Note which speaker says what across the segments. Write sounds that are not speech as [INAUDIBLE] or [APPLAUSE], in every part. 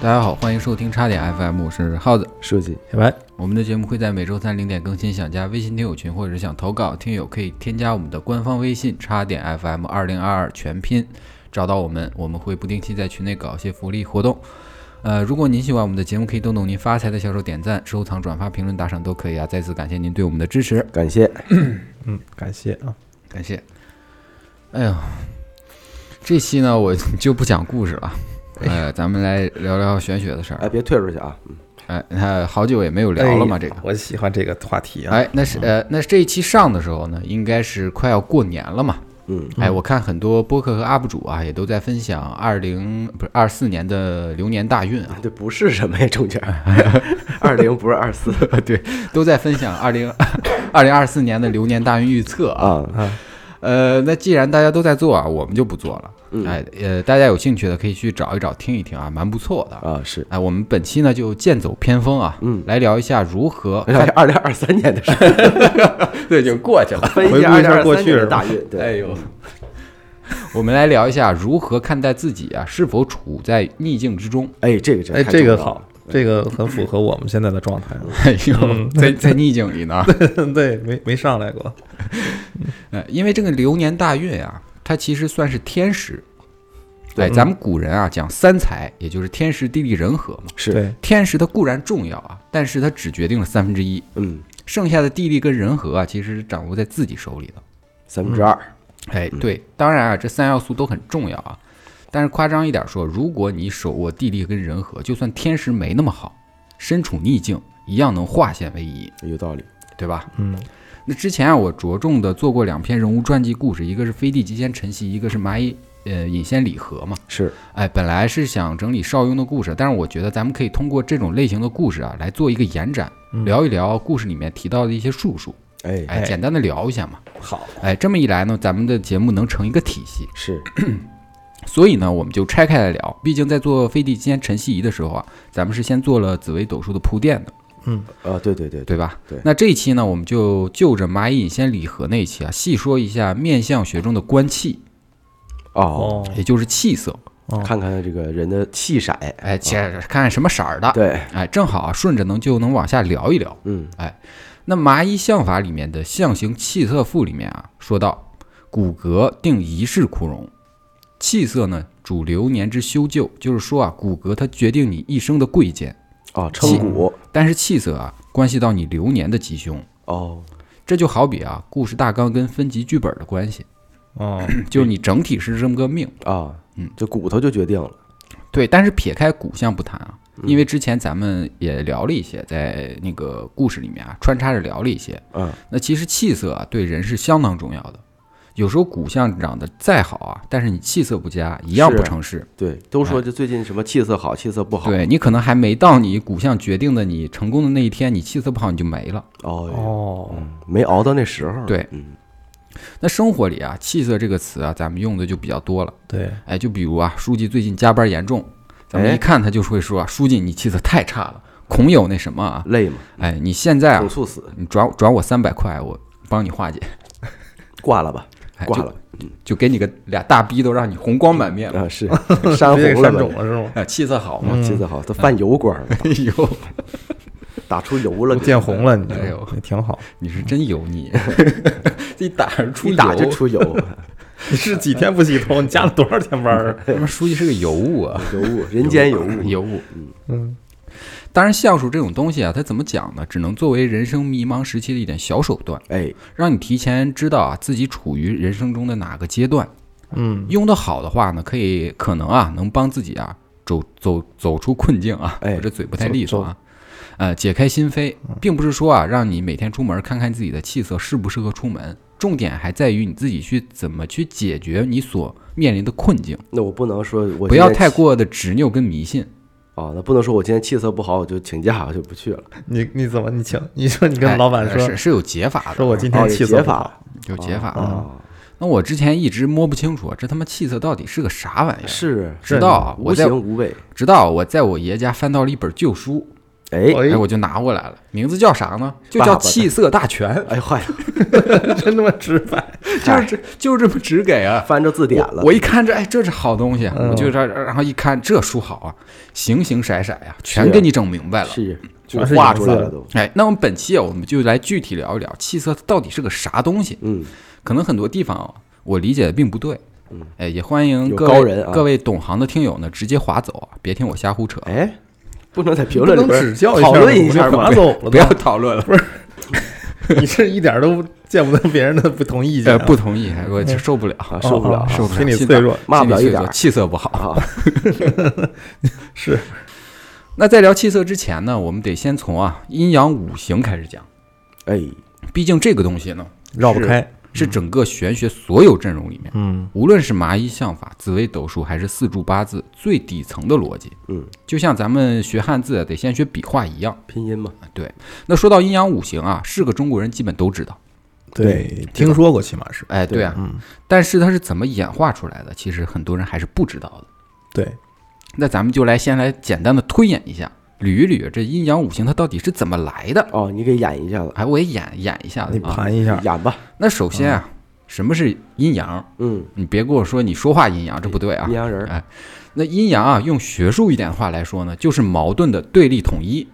Speaker 1: 大家好，欢迎收听叉点 FM，我是耗子。
Speaker 2: 设计
Speaker 3: 小白，
Speaker 1: 我们的节目会在每周三零点更新。想加微信听友群或者是想投稿，听友可以添加我们的官方微信叉点 FM 二零二二全拼，找到我们，我们会不定期在群内搞一些福利活动。呃，如果您喜欢我们的节目，可以动动您发财的小手点赞、收藏、转发、评论、打赏都可以啊！再次感谢您对我们的支持，
Speaker 2: 感谢
Speaker 3: 嗯，感谢啊，
Speaker 1: 感谢。哎呦，这期呢我就不讲故事了，呃，咱们来聊聊玄学的事
Speaker 2: 哎，
Speaker 1: 儿。
Speaker 2: 别退出去啊！
Speaker 1: 哎，那好久也没有聊了嘛，
Speaker 3: 哎
Speaker 1: 这个。
Speaker 3: 我喜欢这个话题啊，
Speaker 1: 哎，那
Speaker 2: 嗯
Speaker 1: 是呃，那这一期上的时候呢，应该是快要过年了嘛。
Speaker 2: 嗯，
Speaker 1: 哎，我看很多播客和 UP 主啊，也都在分享二零不是二四年的流年大运
Speaker 2: [LAUGHS]
Speaker 1: 啊，
Speaker 2: [LAUGHS] 这不是什么呀，中间 [LAUGHS] 二零不是二
Speaker 3: [LAUGHS]
Speaker 2: 四
Speaker 1: 对，都在分享二零二零二四年的流年大运预测啊。
Speaker 2: 啊，
Speaker 1: 呃，那既然大家都在做啊，我们就不做了。
Speaker 2: 嗯
Speaker 1: 哎，呃，大家有兴趣的可以去找一找听一听啊，蛮不错的。
Speaker 2: 啊是，
Speaker 1: 哎，我们本期呢就剑走偏锋啊，
Speaker 2: 嗯
Speaker 1: 来聊一下如何
Speaker 2: [LAUGHS] 聊哎二零二三年的事儿，
Speaker 3: [LAUGHS]
Speaker 1: 对，已经过去了。
Speaker 2: [LAUGHS] 分析
Speaker 3: 回顾
Speaker 2: 二
Speaker 3: 一
Speaker 2: 零
Speaker 3: 下
Speaker 2: 二
Speaker 3: 过
Speaker 2: 三
Speaker 3: 去
Speaker 2: 年的
Speaker 3: 是吧
Speaker 2: 大运，对，
Speaker 1: 哎呦，我们来聊一下如何看待自己啊，是否处在逆境之中？
Speaker 2: 哎，这个真
Speaker 3: 哎，
Speaker 2: 太
Speaker 3: 这个
Speaker 2: 重要了
Speaker 3: 好，，这个很符合我们现在的状 [LAUGHS] 态。
Speaker 1: 哎呦，在在逆境里呢， [LAUGHS]
Speaker 3: 对，没没上来过，
Speaker 1: 呃，因为这个流年大运啊，它其实算是天时。
Speaker 2: 对
Speaker 1: 哎，咱们古人啊讲三才，也就是天时、地利、人和嘛。
Speaker 2: 是，
Speaker 3: 对，
Speaker 1: 天时它固然重要啊，但是它只决定了三分之一，
Speaker 2: 嗯，
Speaker 1: 剩下的地利跟人和啊，其实是掌握在自己手里的。
Speaker 2: 三
Speaker 3: 嗯
Speaker 2: 分之二，
Speaker 1: 哎，对，当然啊，这三要素都很重要啊。但是夸张一点说，如果你手握地利跟人和，就算天时没那么好，身处逆境一样能化险为夷，
Speaker 2: 有道理，
Speaker 1: 对吧？
Speaker 3: 嗯。
Speaker 1: 那之前啊，我着重的做过两篇人物传记故事，一个是飞地极仙晨曦，一个是蚂蚁呃引仙礼盒嘛。
Speaker 2: 是
Speaker 1: 哎，本来是想整理邵雍的故事，但是我觉得咱们可以通过这种类型的故事啊，来做一个延展，聊一聊故事里面提到的一些术数，
Speaker 2: 哎
Speaker 1: 哎，
Speaker 3: 哎
Speaker 1: 简单的聊一下嘛。
Speaker 3: 好，
Speaker 1: 哎，这么一来呢，咱们的节目能成一个体系。
Speaker 2: 是，
Speaker 1: 所以呢，我们就拆开来聊。毕竟在做飞地间晨曦仪的时候啊，咱们是先做了紫微斗数的铺垫的，
Speaker 2: 啊对对对对，
Speaker 1: 对吧？
Speaker 2: 对
Speaker 1: 那这一期呢，我们就就着蚂蚁引线礼盒那一期啊，细说一下面相学中的官气，
Speaker 2: 哦，
Speaker 3: 哦，
Speaker 1: 也就是气色。
Speaker 3: 哦
Speaker 2: 看看这个人的气色，
Speaker 1: 哎，切，看看什么色儿的。
Speaker 2: 对，
Speaker 1: 哎，正好啊，顺着能就能往下聊一聊。
Speaker 2: 嗯，
Speaker 3: 哎
Speaker 1: 那麻衣相法里面的象形气色赋里面啊，说到骨骼定一世枯荣，气色呢主流年之修旧，就是说啊，骨骼它决定你一生的贵贱。
Speaker 2: 哦，称骨，
Speaker 1: 但是气色啊，关系到你流年的吉凶。
Speaker 2: 哦，
Speaker 1: 这就好比啊，故事大纲跟分级剧本的关系，
Speaker 3: 哦，
Speaker 1: 就是你整体是这么个命。
Speaker 2: 啊，
Speaker 1: 嗯，
Speaker 2: 这骨头就决定了，
Speaker 1: 对，但是撇开骨相不谈啊，因为之前咱们也聊了一些，在那个故事里面啊，穿插着聊了一些。
Speaker 2: 嗯，
Speaker 1: 那其实气色啊，对人是相当重要的。有时候骨相长得再好啊，但是你气色不佳，一样
Speaker 2: 是
Speaker 1: 不成事。
Speaker 2: 对，都说这最近什么气色好，气色不好，
Speaker 1: 哎对你可能还没到你骨相决定的你成功的那一天，你气色不好你就没了。
Speaker 2: 哦，
Speaker 3: 哦，
Speaker 2: 嗯没熬到那时候，
Speaker 1: 对
Speaker 2: 嗯，
Speaker 1: 那生活里啊，气色这个词啊，咱们用的就比较多了。
Speaker 3: 对，
Speaker 1: 哎，就比如啊，书记最近加班严重，咱们
Speaker 2: 哎
Speaker 1: 一看他就会说啊，书记你气色太差了，恐有那什么啊，
Speaker 2: 累嘛，
Speaker 1: 哎，你现在啊
Speaker 2: 总，猝死，
Speaker 1: 你转转我三百块，我帮你化解，
Speaker 2: 挂了吧，
Speaker 1: 哎、
Speaker 2: 挂
Speaker 1: 就哎
Speaker 2: 了吧，
Speaker 1: 就给你个俩大逼都让你红光满面了，
Speaker 2: 啊，是山
Speaker 3: 直接给
Speaker 2: 红
Speaker 3: 删
Speaker 2: 了
Speaker 3: 肿
Speaker 2: 吧，
Speaker 3: 了是吗？
Speaker 1: 哎，气色好嘛，
Speaker 2: 啊气色好，都泛油光了，
Speaker 1: 哎呦，
Speaker 2: 打出油了，
Speaker 3: 见红了，你
Speaker 1: 哎呦
Speaker 3: 也挺好。
Speaker 1: 你是真油
Speaker 2: [LAUGHS]
Speaker 1: 腻，这一打上出
Speaker 2: 一打就
Speaker 1: 油
Speaker 2: 出油，
Speaker 3: [LAUGHS] 你是几天不洗头？你加了多少天班啊 [LAUGHS] 儿？
Speaker 1: 他妈书记是个油物啊，
Speaker 2: 油物，人间油物，
Speaker 1: 油物。
Speaker 3: 嗯，
Speaker 1: 当然，相术这种东西啊，它怎么讲呢？只能作为人生迷茫时期的一点小手段，
Speaker 2: 哎，
Speaker 1: 让你提前知道啊自己处于人生中的哪个阶段。
Speaker 3: 嗯，
Speaker 1: 用得好的话呢，可以可能啊，能帮自己啊走走走出困境啊。
Speaker 2: 哎
Speaker 1: 我这嘴不太利索啊。呃，解开心扉，并不是说啊，让你每天出门看看自己的气色适不适合出门，重点还在于你自己去怎么去解决你所面临的困境，
Speaker 2: 那我不能说我
Speaker 1: 不要
Speaker 2: 今天
Speaker 1: 太
Speaker 2: 气
Speaker 1: 过的执拗跟迷信。
Speaker 2: 哦，那不能说我今天气色不好，我就请假我就不去了，
Speaker 3: 你你怎么你请？你说你跟
Speaker 1: 哎
Speaker 3: 老板说
Speaker 1: 是是有解法的，
Speaker 3: 说我今
Speaker 2: 哦，
Speaker 3: 天
Speaker 2: 有
Speaker 3: 气
Speaker 2: 解
Speaker 3: 色不
Speaker 2: 法
Speaker 3: 好，
Speaker 1: 有解法的。
Speaker 2: 啊，
Speaker 1: 那我之前一直摸不清楚啊，这他妈气色到底是个啥玩意儿？
Speaker 2: 是
Speaker 1: 直到啊，
Speaker 2: 无
Speaker 1: 我在
Speaker 2: 形无味，
Speaker 1: 直到我在我爷家翻到了一本旧书，
Speaker 2: 哎
Speaker 1: 哎，
Speaker 3: 哎，
Speaker 1: 我就拿过来了，名字叫啥呢？就
Speaker 2: 爸
Speaker 1: 叫
Speaker 2: 爸的
Speaker 1: 气色大全，
Speaker 2: 哎坏，
Speaker 3: 真他妈直白，
Speaker 1: [LAUGHS] 就是这就这么只给啊。
Speaker 2: 翻着字典了
Speaker 1: 我我，一看这，哎，这是好东西啊，
Speaker 3: 嗯
Speaker 1: 我就这，然后一看这书好啊，形形色色呀，全
Speaker 2: 是
Speaker 1: 给你整明白了。
Speaker 2: 是
Speaker 3: 全是
Speaker 2: 画
Speaker 3: 一个
Speaker 2: 出
Speaker 3: 字
Speaker 2: 来
Speaker 3: 儿
Speaker 2: 了都，
Speaker 1: 哎，那我们本期啊，我们就来具体聊一聊气色它到底是个啥东西。
Speaker 2: 嗯，
Speaker 1: 可能很多地方啊，我理解的并不对。哎，也欢迎
Speaker 2: 有
Speaker 1: 各
Speaker 2: 高
Speaker 1: 位
Speaker 2: 人啊
Speaker 1: 各位懂行的听友呢，直接划走啊，别听我瞎胡扯，
Speaker 2: 哎，不能在评
Speaker 3: 不
Speaker 2: 论里
Speaker 3: 能
Speaker 2: 边
Speaker 3: 指教
Speaker 2: 讨论
Speaker 3: 一
Speaker 2: 一下
Speaker 3: 下吗，
Speaker 2: 吗
Speaker 3: 我就划？走了，
Speaker 1: 不要讨论了。
Speaker 3: 你是一点都见不得别人的不同意见
Speaker 1: 呃，
Speaker 3: 啊，
Speaker 1: 不同意，哎我就受不了，
Speaker 2: 啊受不了
Speaker 3: 哦哦
Speaker 1: 受不了，
Speaker 3: 心理
Speaker 1: 心
Speaker 3: 脆弱，
Speaker 2: 骂不了
Speaker 1: 心理
Speaker 2: 一
Speaker 1: 脆
Speaker 2: 点
Speaker 1: 弱
Speaker 2: 儿
Speaker 1: 气色不好。
Speaker 2: 啊，
Speaker 3: 是
Speaker 1: 那在聊气色之前呢，我们得先从啊阴阳五行开始讲，
Speaker 2: 哎，
Speaker 1: 毕竟这个东西呢
Speaker 3: 绕不开，
Speaker 1: 是整个玄学所有阵容里面，
Speaker 3: 嗯，
Speaker 1: 无论是麻衣相法、紫微斗数，还是四柱八字最底层的逻辑，
Speaker 2: 嗯，
Speaker 1: 就像咱们学汉字啊得先学笔画一样。
Speaker 2: 拼音嘛，
Speaker 1: 对，那说到阴阳五行啊，是个中国人基本都知道。
Speaker 3: 对，听说过起码是，
Speaker 1: 哎，对啊，但是它是怎么演化出来的，其实很多人还是不知道的。
Speaker 3: 对，
Speaker 1: 那咱们就来先来简单的推演一下，捋一捋这阴阳五行它到底是怎么来的。
Speaker 2: 哦，你给演一下子，
Speaker 1: 哎，我也演演一下
Speaker 3: 你
Speaker 1: 子啊。
Speaker 3: 盘一下，
Speaker 2: 演吧，
Speaker 1: 那首先啊，什么是阴阳？
Speaker 2: 嗯，
Speaker 1: 你别跟我说你说话阴阳，这不对啊
Speaker 2: 阴。阳人儿，
Speaker 1: 哎，那阴阳啊，用学术一点的话来说呢，就是矛盾的对立统一。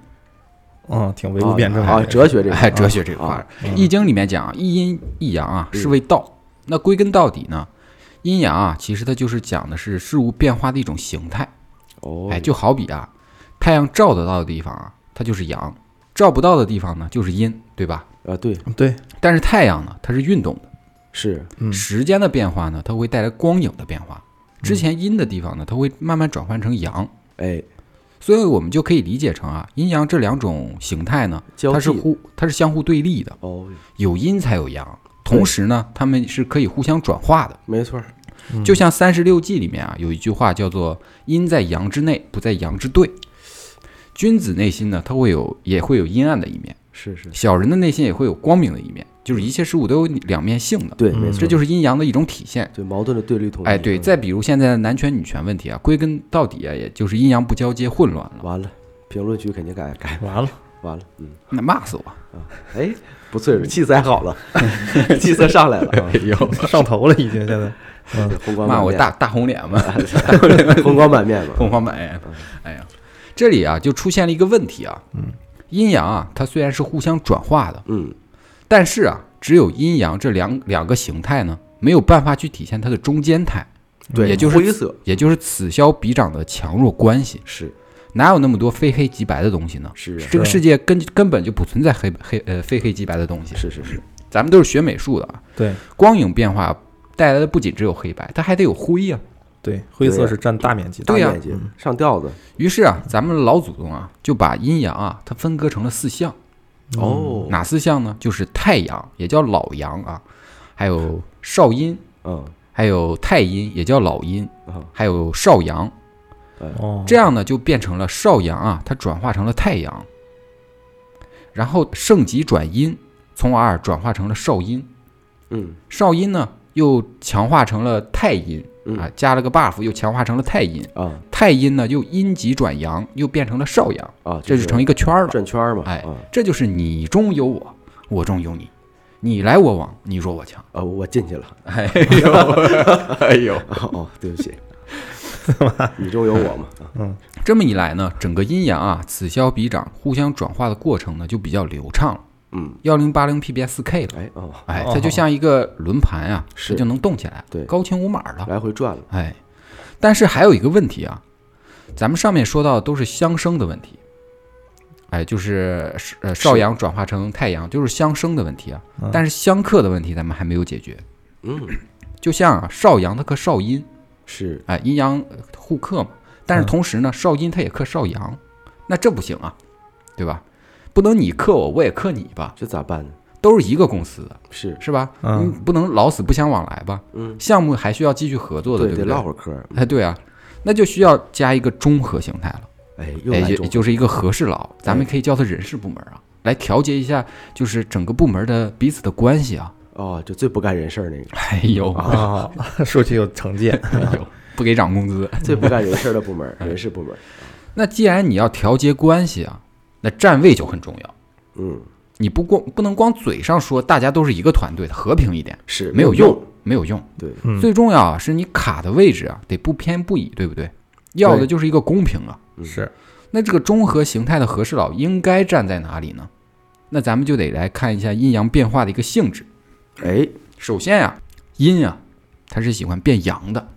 Speaker 3: 嗯，挺唯物辩证的
Speaker 2: 啊，哲学这
Speaker 1: 哎，
Speaker 2: 个，
Speaker 1: 哲学这块儿，易经》里面讲啊一阴一阳啊
Speaker 2: 嗯
Speaker 1: 是为道。那归根到底呢，阴阳啊其实它就是讲的是事物变化的一种形态。
Speaker 2: 哦，
Speaker 1: 哎，就好比啊，太阳照得到的地方啊，它就是阳；照不到的地方呢，就是阴，对吧？
Speaker 2: 啊，对，
Speaker 3: 对，
Speaker 1: 但是太阳呢，它是运动的，
Speaker 2: 是，
Speaker 3: 嗯
Speaker 1: 时间的变化呢，它会带来光影的变化。
Speaker 2: 嗯
Speaker 1: 之前阴的地方呢，它会慢慢转换成阳，
Speaker 2: 哎，
Speaker 1: 所以我们就可以理解成啊，阴阳这两种形态呢，
Speaker 2: 交
Speaker 1: 它是
Speaker 2: 替
Speaker 1: 互它是相互对立的，
Speaker 2: 哦，
Speaker 1: 有阴才有阳。同
Speaker 2: 对
Speaker 1: 时呢，它们是可以互相转化的。
Speaker 2: 没错儿，嗯
Speaker 1: 就像三十六计里面啊，有一句话叫做“阴在阳之内，不在阳之对”。君子内心呢，他会有也会有阴暗的一面；
Speaker 2: 是是，
Speaker 1: 小人的内心也会有光明的一面。就是一切事物都有两面性的，
Speaker 2: 对，
Speaker 3: 嗯
Speaker 2: 没错
Speaker 1: 这
Speaker 2: 儿，
Speaker 1: 就是阴阳的一种体现。
Speaker 2: 对矛盾的对立统一，
Speaker 1: 哎，对。再比如现在的男权女权问题啊，归根到底啊，也就是阴阳不交接，混乱了。
Speaker 2: 嗯完了，评论区肯定改改
Speaker 3: 完了，
Speaker 2: 完了，嗯
Speaker 1: 那骂死我！
Speaker 2: 啊，哎，不脆弱，气色还好了， [LAUGHS] 气色上来了，
Speaker 1: [LAUGHS]
Speaker 2: 啊
Speaker 1: 呦，
Speaker 3: 哎 [LAUGHS] 上头了已经，现在，嗯，
Speaker 2: 红光
Speaker 1: 骂
Speaker 2: 满
Speaker 1: 我
Speaker 2: 面，
Speaker 1: 大大红脸嗯嘛，
Speaker 2: [LAUGHS]
Speaker 1: [LAUGHS]
Speaker 2: 红光满面嘛，
Speaker 1: 凤凰满眼。哎呀，这里啊就出现了一个问题啊，阴阳啊，它虽然是互相转化的，
Speaker 2: 嗯，
Speaker 1: 但是啊，只有阴阳这两两个形态呢，没有办法去体现它的中间态，
Speaker 2: 对，
Speaker 1: 也就是
Speaker 2: 灰色，
Speaker 1: 也就是此消彼长的强弱关系。
Speaker 2: 是
Speaker 1: 哪有那么多非黑即白的东西呢？
Speaker 2: 是啊
Speaker 1: 这个世界根根本就不存在黑黑呃非黑即白的东西。
Speaker 2: 是是是，
Speaker 1: 咱们都是学美术的啊，
Speaker 3: 对
Speaker 1: 光影变化带来的不仅只有黑白，它还得有灰呀、
Speaker 3: 对，灰色是占大面积的，
Speaker 2: 大
Speaker 1: 对呀嗯
Speaker 2: 面积上吊子，
Speaker 1: 于是啊，咱们老祖宗啊就把阴阳啊它分割成了四象，
Speaker 3: 嗯
Speaker 2: 哦，
Speaker 1: 哪四象呢？就是太阳，也叫老阳啊，还有少阴，
Speaker 2: 嗯
Speaker 1: 还有太阴，也叫老阴，
Speaker 2: 啊，
Speaker 1: 还有少阳，
Speaker 3: 哦，
Speaker 1: 这样呢就变成了少阳啊，它转化成了太阳，然后盛极转阴，从而转化成了少阴，
Speaker 2: 嗯
Speaker 1: 少阴呢又强化成了太阴
Speaker 2: 嗯
Speaker 1: 啊，加了个 buff 又强化成了太阴，
Speaker 2: 啊
Speaker 1: 太阴呢又阴极转阳，又变成了少阳，
Speaker 2: 啊，
Speaker 1: 这就成一个圈儿了。
Speaker 2: 转圈儿嘛，
Speaker 1: 哎
Speaker 2: 啊
Speaker 1: 这就是你中有我，我中有你，你来我往，你弱我强。
Speaker 2: 啊，我进去
Speaker 1: [LAUGHS]
Speaker 2: 了，
Speaker 1: 哎呦，哎呦，
Speaker 2: 哦，对
Speaker 1: [LAUGHS]
Speaker 2: 不起， [LAUGHS] 你中有我嘛，
Speaker 1: 嗯
Speaker 2: 啊
Speaker 1: 这么一来呢，整个阴阳啊，此消彼长，互相转化的过程呢就比较流畅了。
Speaker 2: 嗯，
Speaker 1: 幺零八零 P 变四 K 了，
Speaker 2: 哎哦，
Speaker 1: 哎，
Speaker 3: 哦
Speaker 1: 它就像一个轮盘啊，
Speaker 2: 是
Speaker 1: 它就能动起来，
Speaker 2: 对
Speaker 1: 高清无码了。
Speaker 2: 来回转了，
Speaker 1: 哎，但是还有一个问题啊，咱们上面说到的都是相生的问题，哎，就是呃少阳转化成太阳，就是相生的问题啊。
Speaker 3: 嗯
Speaker 1: 但是相克的问题咱们还没有解决， [LAUGHS]
Speaker 2: 嗯，
Speaker 1: 就像啊少阳它克少阴，
Speaker 2: 是
Speaker 1: 哎，阴阳呃互克嘛。但是
Speaker 3: 嗯
Speaker 1: 同时呢，少阴它也克少阳，那这不行啊，对吧？不能你克我，我也克你吧，
Speaker 2: 这咋办呢？
Speaker 1: 都是一个公司的，
Speaker 2: 是，
Speaker 1: 是吧？
Speaker 3: 嗯
Speaker 1: 你不能老死不相往来吧？
Speaker 2: 嗯，
Speaker 1: 项目还需要继续合作的，
Speaker 2: 对，
Speaker 1: 不
Speaker 2: 得
Speaker 1: 对
Speaker 2: 唠？会儿嗑儿，
Speaker 1: 哎，对啊，那就需要加一个中和形态了，
Speaker 2: 哎，又
Speaker 1: 哎，
Speaker 2: 来
Speaker 1: 也
Speaker 2: 中，
Speaker 1: 就是一个和事佬，咱们可以叫它人事部门啊，来调节一下，就是整个部门的彼此的关系啊。
Speaker 2: 哦，就最不干人事儿那个，
Speaker 1: [LAUGHS] 哎呦，
Speaker 3: 啊， [LAUGHS] 说起有成见，
Speaker 1: 哎呦，不给涨工资。 [LAUGHS] 哎
Speaker 2: 最不干人事儿的部门儿，人事部门儿，
Speaker 1: 那既然你要调节关系啊，那站位就很重要。
Speaker 2: 嗯，
Speaker 1: 你不光不能光嘴上说大家都是一个团队的，和平一点
Speaker 2: 是
Speaker 1: 没有用，，没有用。
Speaker 2: 对，
Speaker 3: 嗯
Speaker 1: 最重要啊是你卡的位置啊得不偏不倚，对不对？要的就是一个公平啊。
Speaker 2: 嗯
Speaker 3: 是
Speaker 1: 那这个中和形态的和事佬应该站在哪里呢？那咱们就得来看一下阴阳变化的一个性质。
Speaker 2: 哎，
Speaker 1: 首先啊，阴啊，它是喜欢变阳的，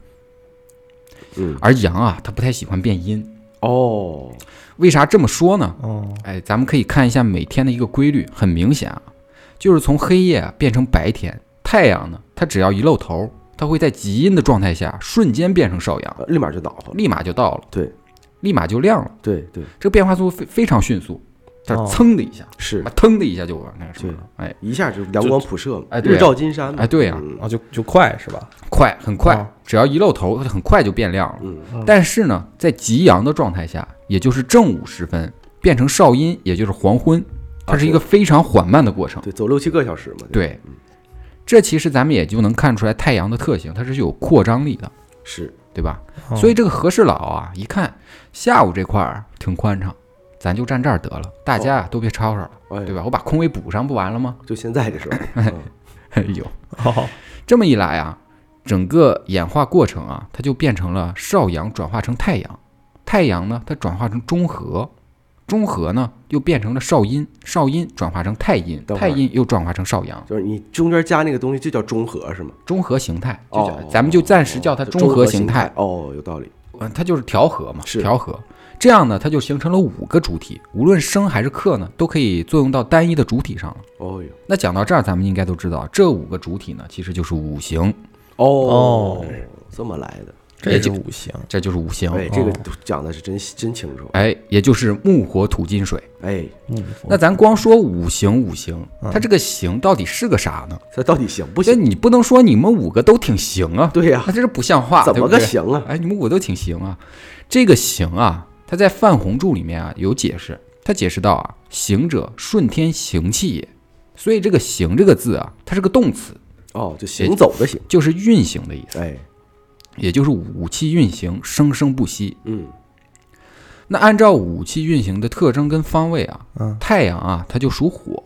Speaker 2: 嗯，
Speaker 1: 而阳啊，它不太喜欢变阴。
Speaker 2: 哦，
Speaker 1: 为啥这么说呢？
Speaker 3: 哦，
Speaker 1: 哎，咱们可以看一下每天的一个规律，很明显啊，就是从黑夜啊变成白天，太阳呢，它只要一露头，它会在极阴的状态下瞬间变成少阳，
Speaker 2: 呃立马就恼
Speaker 3: 哦
Speaker 2: 火了，
Speaker 1: 立马就到了，
Speaker 2: 对
Speaker 1: 立马就亮了，
Speaker 2: 对对，
Speaker 1: 这个变化速度非非常迅速，它
Speaker 3: 哦
Speaker 1: 噌的一下，
Speaker 2: 是
Speaker 1: 啊，腾的一下就往那个什么了，哎
Speaker 2: 一下就阳光普射了，
Speaker 1: 哎对啊
Speaker 2: 日照金山嘛，
Speaker 1: 哎，对呀、啊，
Speaker 2: 嗯
Speaker 3: 啊，就就快是吧？
Speaker 1: 快，很快，
Speaker 3: 哦
Speaker 1: 只要一露头，它就很快就变亮了。
Speaker 2: 嗯
Speaker 3: 嗯
Speaker 1: 但是呢，在极阳的状态下，也就是正午时分，变成少阴，也就是黄昏，它是一个非常缓慢的过程。
Speaker 2: 对，走六七个小时嘛，嗯吧，
Speaker 1: 对，这其实咱们也就能看出来太阳的特性，它是有扩张力的，
Speaker 2: 是，
Speaker 1: 对吧？
Speaker 3: 哦
Speaker 1: 所以这个和事佬啊，一看下午这块儿挺宽敞，咱就站这儿得了，大家啊都别吵吵了，
Speaker 2: 哎
Speaker 1: 对，吧？我把空位补上不完了吗？ [LAUGHS]
Speaker 2: 就现在这时候，嗯
Speaker 1: 哎呦，
Speaker 3: 哦，
Speaker 1: 这么一来啊，整个演化过程啊，它就变成了少阳转化成太阳，太阳呢，它转化成中和，中和呢又变成了少阴，少阴转化成太阴，
Speaker 2: 等会
Speaker 1: 太
Speaker 2: 儿
Speaker 1: 阴又转化成少阳，
Speaker 2: 就是你中间加那个东西就叫中和是吗？
Speaker 1: 中和形态，就叫、
Speaker 2: 哦，
Speaker 1: 咱们就暂时叫它
Speaker 2: 哦
Speaker 1: 中和形
Speaker 2: 态
Speaker 1: 态，，
Speaker 2: 哦，有道理，
Speaker 1: 嗯，它就是调和嘛，
Speaker 2: 是
Speaker 1: 调和。这样呢，它就形成了五个主体，无论生还是克呢，都可以作用到单一的主体上了。
Speaker 2: 哦哟，
Speaker 1: 那讲到这儿，咱们应该都知道，这五个主体呢，其实就是五行，
Speaker 2: 哦
Speaker 3: 哦，
Speaker 2: 这么来的，
Speaker 3: 这就五行
Speaker 1: 这就是五行。
Speaker 2: 哎，这个
Speaker 1: 哦
Speaker 2: 都讲的是真真清楚，
Speaker 1: 哎，也就是木火土金水。
Speaker 2: 哎，
Speaker 3: 木
Speaker 1: 那咱光说五行，五行，
Speaker 3: 嗯
Speaker 1: 它这个行到底是个啥呢？
Speaker 2: 它到底行不
Speaker 1: 不
Speaker 2: 行？
Speaker 1: 你不能说你们五个都挺行啊，
Speaker 2: 对呀
Speaker 1: 那，这是不像话，
Speaker 2: 怎
Speaker 1: 对
Speaker 2: 么
Speaker 1: 不
Speaker 2: 个
Speaker 1: 对？
Speaker 2: 行啊？
Speaker 1: 哎，你们五个都挺行啊。这个行啊，它在范宏注里面啊有解释，他解释到啊，行者顺天行气也。所以这个行这个字啊，它是个动词，
Speaker 2: 哦，就
Speaker 1: 哎
Speaker 2: 行走的行，
Speaker 1: 就是运行的意思，
Speaker 2: 哎，
Speaker 1: 也就是五气运行，生生不息。
Speaker 2: 嗯，
Speaker 1: 那按照五气运行的特征跟方位啊，
Speaker 3: 嗯，
Speaker 1: 太阳啊，它就属火，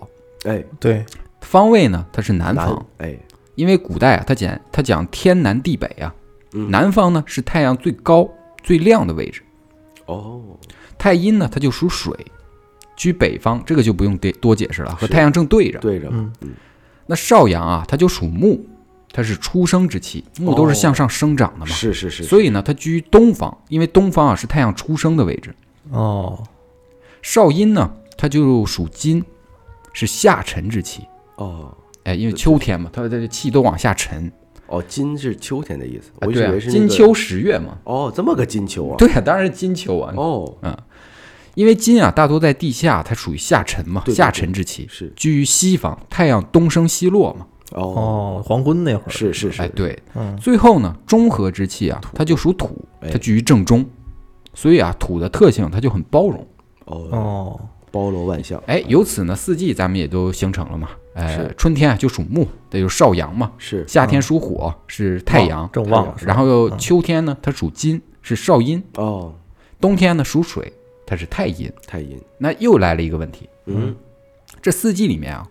Speaker 2: 哎，
Speaker 3: 对，
Speaker 1: 方位呢，它是南
Speaker 2: 南
Speaker 1: 方，，
Speaker 2: 哎，
Speaker 1: 因为古代啊，它讲它讲天南地北啊，
Speaker 2: 嗯
Speaker 1: 南方呢是太阳最高最亮的位置，
Speaker 2: 哦，
Speaker 1: 太阴呢它就属水，居北方，这个就不用得多解释了，和
Speaker 2: 是
Speaker 1: 太阳正对着。
Speaker 2: 对着，
Speaker 3: 嗯
Speaker 1: 那少阳啊，它就属木，它是出生之气，木都是向上生长的嘛，
Speaker 2: 哦是是是，
Speaker 1: 所以呢它居东方，因为东方啊是太阳出生的位置。
Speaker 3: 哦，
Speaker 1: 少阴呢，它就属金，是下沉之气，
Speaker 2: 哦
Speaker 1: 哎，因为秋天嘛，它它的气都往下沉，
Speaker 2: 哦，金是秋天的意思，
Speaker 1: 啊
Speaker 2: 我以
Speaker 1: 对啊
Speaker 2: 为，是那
Speaker 1: 金
Speaker 2: 个
Speaker 1: 秋十月嘛，
Speaker 2: 哦，这么个金秋啊，
Speaker 1: 对啊，当然是金秋啊，
Speaker 2: 哦，
Speaker 1: 因为金啊，大多在地下，它属于下沉嘛，
Speaker 2: 对对
Speaker 1: 下沉之气，
Speaker 2: 是
Speaker 1: 居于西方，太阳东升西落嘛。
Speaker 2: 哦，
Speaker 3: 哦，黄昏那会儿，
Speaker 2: 是是是
Speaker 1: 哎，，对，
Speaker 3: 嗯，
Speaker 1: 最后呢，中和之气啊，它就属土，
Speaker 2: 哎
Speaker 1: 它居于正中，所以啊，土的特性它就很包容。
Speaker 2: 哦，
Speaker 3: 哦，
Speaker 2: 包罗万象，
Speaker 1: 哎，由此呢，四季咱们也都形成了嘛。哎
Speaker 2: 是，
Speaker 1: 春天啊就属木，这就是少阳嘛；
Speaker 2: 是嗯
Speaker 1: 夏天属火，是太阳哎
Speaker 3: 旺；正旺是吧
Speaker 1: 然后又
Speaker 3: 嗯
Speaker 1: 秋天呢，它属金，是少阴；
Speaker 2: 哦，
Speaker 1: 冬天呢属水，它是太阴。
Speaker 2: 太阴，
Speaker 1: 那又来了一个问题，
Speaker 2: 嗯，
Speaker 1: 这四季里面啊，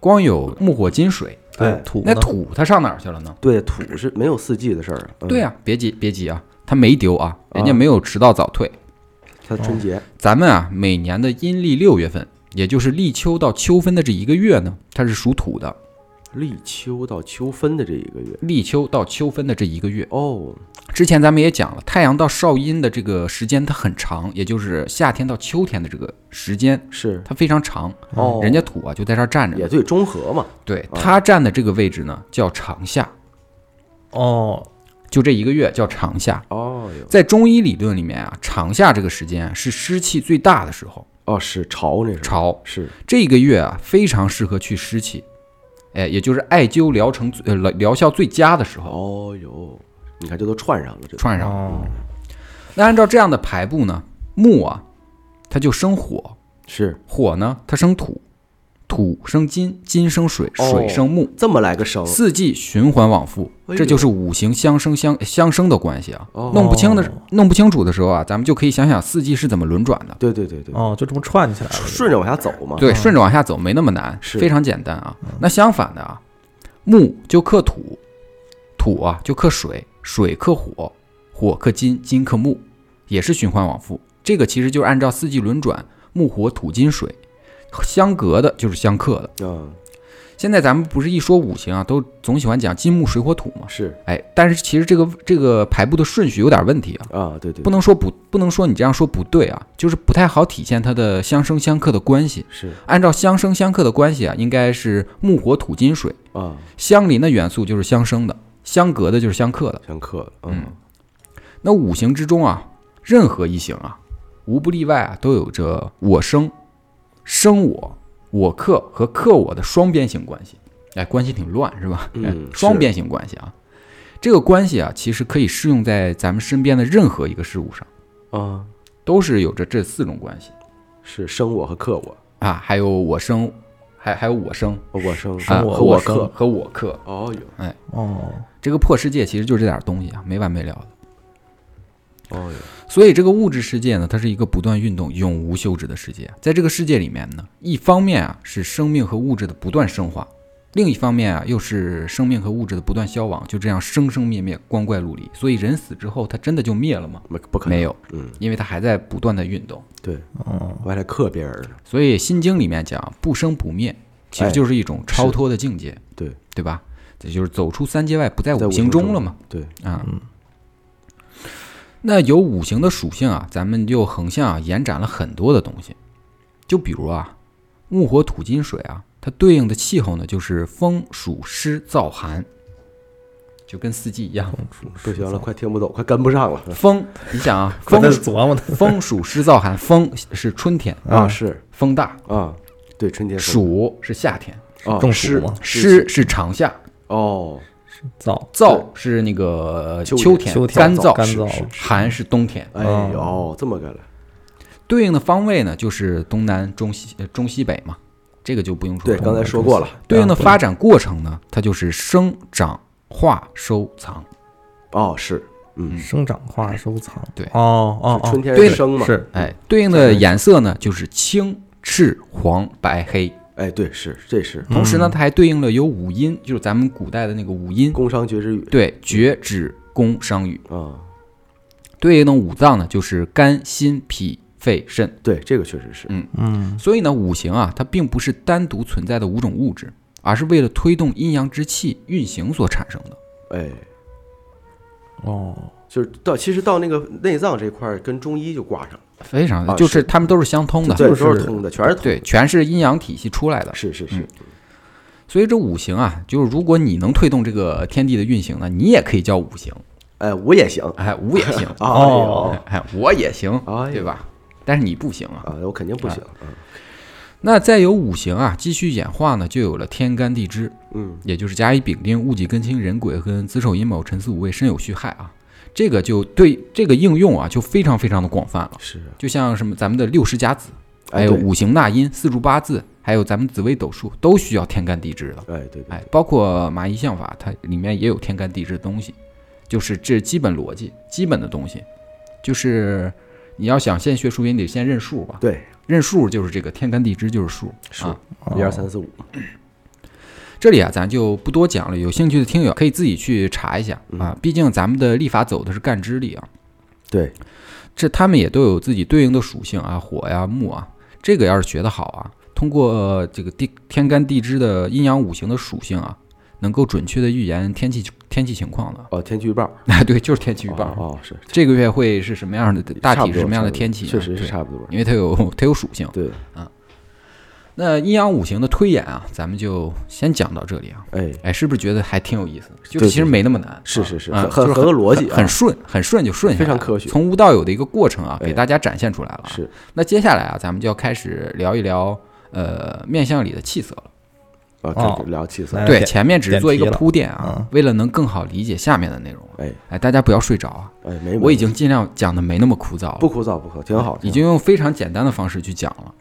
Speaker 1: 光有木火金水，
Speaker 3: 对
Speaker 2: 哎，
Speaker 3: 土
Speaker 1: 那
Speaker 3: 呢
Speaker 1: 土它上哪儿去了呢？
Speaker 2: 对，土是没有四季的事儿，嗯
Speaker 1: 对，啊，别急别急啊，它没丢啊，人家
Speaker 2: 啊
Speaker 1: 没有迟到早退。
Speaker 2: 它春节
Speaker 1: 咱们啊，每年的阴历六月份，也就是立秋到秋分的这一个月呢，它是属土的。
Speaker 2: 立秋到秋分的这一个月，
Speaker 1: 立秋到秋分的这一个月，
Speaker 2: 哦，
Speaker 1: 之前咱们也讲了，太阳到少阴的这个时间它很长，也就是夏天到秋天的这个时间，
Speaker 2: 是
Speaker 1: 它非常长。
Speaker 2: 哦，
Speaker 1: 人家土啊就在这儿站着呢，
Speaker 2: 也对，中和嘛，
Speaker 1: 对
Speaker 2: 啊
Speaker 1: 它站的这个位置呢叫长夏，
Speaker 3: 哦，
Speaker 1: 就这一个月叫长夏。
Speaker 2: 哦哟，
Speaker 1: 在中医理论里面啊，长夏这个时间啊是湿气最大的时候，
Speaker 2: 哦是潮那是
Speaker 1: 潮。
Speaker 2: 是
Speaker 1: 这个月啊，非常适合去湿气，哎，也就是艾灸疗程最呃疗疗效最佳的时候
Speaker 2: 哦哟，你看这都串上了，这
Speaker 1: 串上。
Speaker 3: 哦，
Speaker 1: 那按照这样的排布呢，木啊，它就生火，
Speaker 2: 是
Speaker 1: 火呢它生土，土生金，金生水，
Speaker 2: 哦
Speaker 1: 水生木，
Speaker 2: 这么来个生，
Speaker 1: 四季循环往复，
Speaker 2: 哦哎呦
Speaker 1: 这就是五行相生相相生的关系啊。
Speaker 2: 哦
Speaker 1: 弄不清的
Speaker 3: 哦，
Speaker 1: 弄不清楚的时候啊，咱们就可以想想四季是怎么轮转的。
Speaker 2: 对对对对，
Speaker 3: 哦，就这么串起来了。
Speaker 2: 顺着往下走嘛，
Speaker 1: 对，顺着往下走没那么难，
Speaker 2: 啊是
Speaker 1: 非常简单啊。那相反的啊，木就克土，土啊就克水，水克火，火克金，金克木，也是循环往复。这个其实就是按照四季轮转，木火土金水相隔的，就是相克的。
Speaker 2: 嗯，
Speaker 1: 现在咱们不是一说五行啊，都总喜欢讲金木水火土嘛。
Speaker 2: 是
Speaker 1: 哎，但是其实这个这个排布的顺序有点问题啊，
Speaker 2: 啊，对对，
Speaker 1: 不能说不不能说你这样说不对啊，就是不太好体现它的相生相克的关系。
Speaker 2: 是
Speaker 1: 按照相生相克的关系啊，应该是木火土金水，
Speaker 2: 啊，
Speaker 1: 相邻的元素就是相生的，相隔的就是相克的。
Speaker 2: 相克了，嗯，
Speaker 1: 那五行之中啊，任何一行啊，无不例外啊，都有着我生、生我、我克和克我的双边性关系。哎，关系挺乱是吧？
Speaker 2: 嗯
Speaker 1: 哎
Speaker 2: 是
Speaker 1: 双边性关系啊，这个关系啊，其实可以适用在咱们身边的任何一个事物上，
Speaker 2: 啊，
Speaker 1: 都是有着这四种关系
Speaker 2: 是生我和克我，
Speaker 1: 啊。还有我生，还还有我生
Speaker 2: 我生
Speaker 3: 生
Speaker 1: 啊
Speaker 3: 我
Speaker 2: 和
Speaker 1: 我
Speaker 3: 生
Speaker 2: 克，
Speaker 1: 和我克。
Speaker 2: 哦哟，
Speaker 3: 哦，
Speaker 1: 这个破世界其实就是这点东西啊，没完没了的。
Speaker 2: 哦哟，
Speaker 1: 所以这个物质世界呢，它是一个不断运动、永无休止的世界。在这个世界里面呢，一方面啊是生命和物质的不断升华，另一方面啊又是生命和物质的不断消亡，就这样生生灭灭，光怪陆离。所以人死之后，它真的就灭了吗？
Speaker 2: 没不可能
Speaker 1: 没，有，
Speaker 2: 嗯，
Speaker 1: 因为它还在不断的运动。
Speaker 2: 对，
Speaker 3: 哦，
Speaker 2: 我还得克别人呢，
Speaker 1: 所以《心经》里面讲不生不灭，其实就是一种超脱的境界，
Speaker 2: 哎对
Speaker 1: 对吧？这就是走出三界外，不在
Speaker 2: 在
Speaker 1: 五
Speaker 2: 五
Speaker 1: 行
Speaker 2: 行
Speaker 1: 中
Speaker 2: 中
Speaker 1: 了嘛。
Speaker 2: 对，
Speaker 1: 啊。那有五行的属性啊，咱们就横向啊延展了很多的东西，就比如啊，木火土金水啊，它对应的气候呢就是风暑湿燥寒，就跟四季一样。
Speaker 2: 不行了，快听不懂，快跟不上了
Speaker 1: 风，你想啊，
Speaker 3: 刚才
Speaker 1: 风
Speaker 3: 琢磨的
Speaker 1: 风暑湿燥寒，风是春天，
Speaker 2: 啊，是
Speaker 1: 风大；
Speaker 2: 啊，对，春天说
Speaker 1: 暑是夏天，
Speaker 2: 啊
Speaker 3: 中暑
Speaker 2: 湿
Speaker 3: 嘛，
Speaker 1: 湿是长夏，
Speaker 2: 哦，
Speaker 3: 早
Speaker 1: 燥是那个呃
Speaker 2: 秋
Speaker 1: 秋
Speaker 2: 天
Speaker 1: 天，
Speaker 3: 秋天
Speaker 1: 干
Speaker 3: 燥
Speaker 1: 燥，
Speaker 3: 干燥
Speaker 2: 是
Speaker 1: 寒是冬天。
Speaker 2: 哎呦，这么个了，
Speaker 1: 对应的方位呢，就是东南、中西、呃中西北嘛，这个就不用说
Speaker 2: 对，
Speaker 1: 了。
Speaker 2: 刚才说过了，
Speaker 1: 对应的发展过程呢，它就是生长、化、收藏。
Speaker 2: 哦，是，嗯，
Speaker 3: 生长化收藏。
Speaker 1: 对
Speaker 3: 哦哦
Speaker 2: 春
Speaker 3: 哦，
Speaker 2: 天
Speaker 1: 对
Speaker 2: 生嘛，
Speaker 3: 是
Speaker 1: 哎，对应的颜色呢，就是青、赤、黄、白、黑。
Speaker 2: 哎，对，是，这是
Speaker 1: 同时呢，它还对应了有五音，就是咱们古代的那个五音。
Speaker 2: 工商爵士语
Speaker 1: 对，厥、指、宫、商、羽。
Speaker 2: 啊，
Speaker 1: 对应的五脏呢，就是肝、心、脾、肺、肾。
Speaker 2: 对，这个确实是
Speaker 1: 嗯，
Speaker 3: 嗯
Speaker 1: 所以呢，五行啊，它并不是单独存在的五种物质，而是为了推动阴阳之气运行所产生的。
Speaker 2: 哎，
Speaker 3: 哦，
Speaker 2: 就是到其实到那个内脏这块儿跟中医就挂上了，
Speaker 1: 非常，
Speaker 2: 啊
Speaker 1: 就是他们都是相通的，
Speaker 2: 对，
Speaker 3: 就是
Speaker 2: 都是通的，全是通
Speaker 1: 对，嗯
Speaker 2: 的，
Speaker 1: 全是阴阳体系出来的。
Speaker 2: 是是是，
Speaker 1: 所以这五行啊，就是如果你能推动这个天地的运行呢，你也可以叫五行，
Speaker 2: 哎，我也行，
Speaker 1: 哎，五也行，
Speaker 2: 哎呦
Speaker 3: 哦，
Speaker 1: [LAUGHS] 哎，我也行，
Speaker 2: 哎呦
Speaker 1: 对吧？但是你不行啊。
Speaker 2: 啊，我肯定不行，啊
Speaker 1: 那再有五行啊，继续演化呢，就有了天干地支，
Speaker 2: 嗯，
Speaker 1: 也就是甲乙丙丁戊己庚辛壬癸跟子丑寅卯辰巳午未申酉戌亥啊。这个就对这个应用啊，就非常非常的广泛了，
Speaker 2: 是，
Speaker 1: 就像什么咱们的六十甲子，还
Speaker 2: 哎
Speaker 1: 有
Speaker 2: 对，
Speaker 1: 五行纳音、四柱八字，还有咱们紫微斗数，都需要天干地支的。
Speaker 2: 哎对对，
Speaker 1: 哎，包括麻衣相法，它里面也有天干地支的东西，就是这基本逻辑、基本的东西，就是你要想先学数学，你得先认数吧。
Speaker 2: 对，
Speaker 1: 认数就是这个天干地支就是数
Speaker 2: 是
Speaker 1: 啊。
Speaker 2: 一二三四五，
Speaker 1: 这里啊，咱就不多讲了，有兴趣的听友可以自己去查一下
Speaker 2: 嗯
Speaker 1: 啊。毕竟咱们的历法走的是干支历啊，
Speaker 2: 对，
Speaker 1: 这他们也都有自己对应的属性啊，火呀、木啊。这个要是学得好啊，通过这个地天干地支的阴阳五行的属性啊，能够准确的预言天气天气情况的。 [LAUGHS]
Speaker 2: 哦，天气预报，
Speaker 1: 啊，对，就是天气预报。
Speaker 2: 哦，哦是，
Speaker 1: 这个月会是什么样的？大
Speaker 2: 差不
Speaker 1: 体是
Speaker 2: 多
Speaker 1: 什么样的
Speaker 2: 差不多
Speaker 1: 天气、啊？
Speaker 2: 确实是
Speaker 1: 对，
Speaker 2: 差不多，
Speaker 1: 因为它有它有属性。
Speaker 2: 对，
Speaker 1: 那阴阳五行的推演啊，咱们就先讲到这里啊。
Speaker 2: 哎，
Speaker 1: 哎，是不是觉得还挺有意思的？就
Speaker 2: 对
Speaker 1: 其实没那么难，
Speaker 2: 是是是，
Speaker 1: 啊
Speaker 2: 很很
Speaker 1: 就是
Speaker 2: 合逻辑啊，
Speaker 1: 很顺，很顺就顺下来了
Speaker 2: 非常科学
Speaker 1: 从无到有的一个过程啊，
Speaker 2: 哎
Speaker 1: 给大家展现出来了。啊
Speaker 2: 是，
Speaker 1: 那接下来啊，咱们就要开始聊一聊呃面相里的气色了。
Speaker 2: 啊，
Speaker 3: 哦
Speaker 2: 这个聊气色，
Speaker 3: 来哎
Speaker 1: 对，
Speaker 3: 点
Speaker 1: 前面只是
Speaker 3: 点
Speaker 1: 做一个
Speaker 3: 题了
Speaker 1: 铺垫啊
Speaker 3: 嗯，
Speaker 1: 为了能更好理解下面的内容啊。
Speaker 2: 哎
Speaker 1: 哎，大家不要睡着啊，
Speaker 2: 哎，没，
Speaker 1: 我已
Speaker 2: 经
Speaker 1: 经尽量讲的没那么枯燥了。
Speaker 2: 不枯燥不枯，燥，挺好，
Speaker 1: 已
Speaker 2: 挺好
Speaker 1: 经用非常简单的方式去讲了。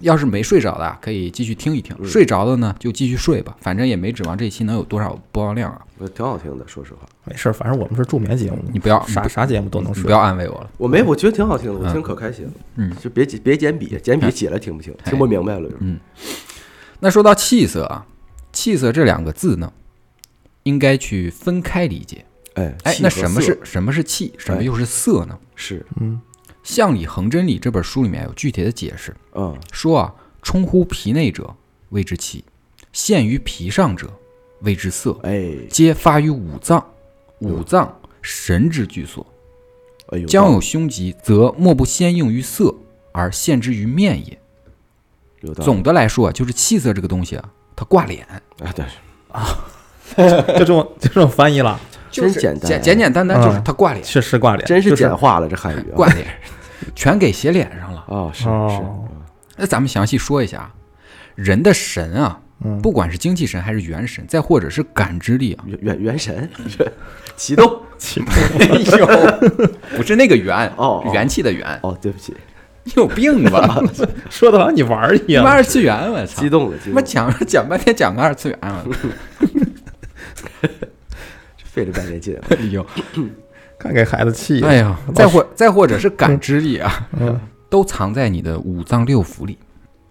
Speaker 1: 要是没睡着的啊，可以继续听一听；
Speaker 2: 嗯
Speaker 1: 睡着的呢，就继续睡吧，反正也没指望这一期能有多少播放量啊！
Speaker 2: 我挺好听的，说实话，
Speaker 3: 没事儿，反正我们是助眠节目，
Speaker 2: 嗯
Speaker 1: 你不要
Speaker 3: 啥
Speaker 1: 你不
Speaker 3: 啥节目都能
Speaker 1: 你
Speaker 3: 睡
Speaker 1: 不。要安慰我了。
Speaker 2: 我没，我觉得挺好听的，我听可开心了。
Speaker 1: 嗯，
Speaker 2: 就别别简笔，简笔写了听不清，
Speaker 1: 哎
Speaker 2: 听不明白了就。
Speaker 1: 那说到气色啊，气色这两个字呢，应该去分开理解。
Speaker 2: 哎
Speaker 1: 哎，
Speaker 2: 气
Speaker 1: 那
Speaker 2: 和
Speaker 1: 什么
Speaker 2: 色哎
Speaker 1: 是什么是气，什么又是色呢？
Speaker 2: 是
Speaker 3: 嗯，
Speaker 1: 《象理恒真理》这本书里面有具体的解释，
Speaker 2: 嗯
Speaker 1: 说啊，冲乎皮内者谓之气，陷于皮上者谓之色，
Speaker 2: 哎
Speaker 1: 皆发于五脏，五脏神之居所。
Speaker 2: 哎呦，
Speaker 1: 将有凶疾，则莫不先应于色，而陷之于面也。
Speaker 2: 有道理
Speaker 1: 总的来说啊，就是气色这个东西啊，它挂脸，
Speaker 2: 啊，对，
Speaker 3: [LAUGHS] 就这种就这种翻译了，
Speaker 1: 就是
Speaker 2: 真简单
Speaker 1: 简简简单单
Speaker 3: 嗯
Speaker 1: 就是它挂脸，
Speaker 3: 确实挂脸，
Speaker 2: 真是
Speaker 3: 就是
Speaker 2: 简化了这汉语啊
Speaker 1: 挂脸，全给写脸上了。
Speaker 2: 啊，是是
Speaker 3: 哦，
Speaker 1: 那咱们详细说一下啊，人的神啊，
Speaker 3: 嗯
Speaker 1: 不管是精气神还是元神，再或者是感知力啊，
Speaker 2: 元元元神 [LAUGHS] 启动
Speaker 1: 哎呦，不是那个元
Speaker 2: 哦哦
Speaker 1: 元气的元，
Speaker 2: 哦，对不起，
Speaker 1: 你有病
Speaker 2: [LAUGHS]
Speaker 1: 吧？
Speaker 3: 说的好像你玩儿一
Speaker 1: 他
Speaker 3: 样
Speaker 1: 妈。二次元，啊我操
Speaker 2: 激！动了，激
Speaker 1: 他妈
Speaker 2: 动了，
Speaker 1: 讲讲半天讲个二次元，啊
Speaker 2: [LAUGHS]
Speaker 1: 我操
Speaker 2: 费了半
Speaker 1: [LAUGHS]
Speaker 2: 天劲。
Speaker 1: 哎呦，
Speaker 3: 看给孩子气的。
Speaker 1: 哎呀，再或再或者是感知力啊，
Speaker 3: 哦嗯
Speaker 1: [LAUGHS] 都藏在你的五脏六腑里，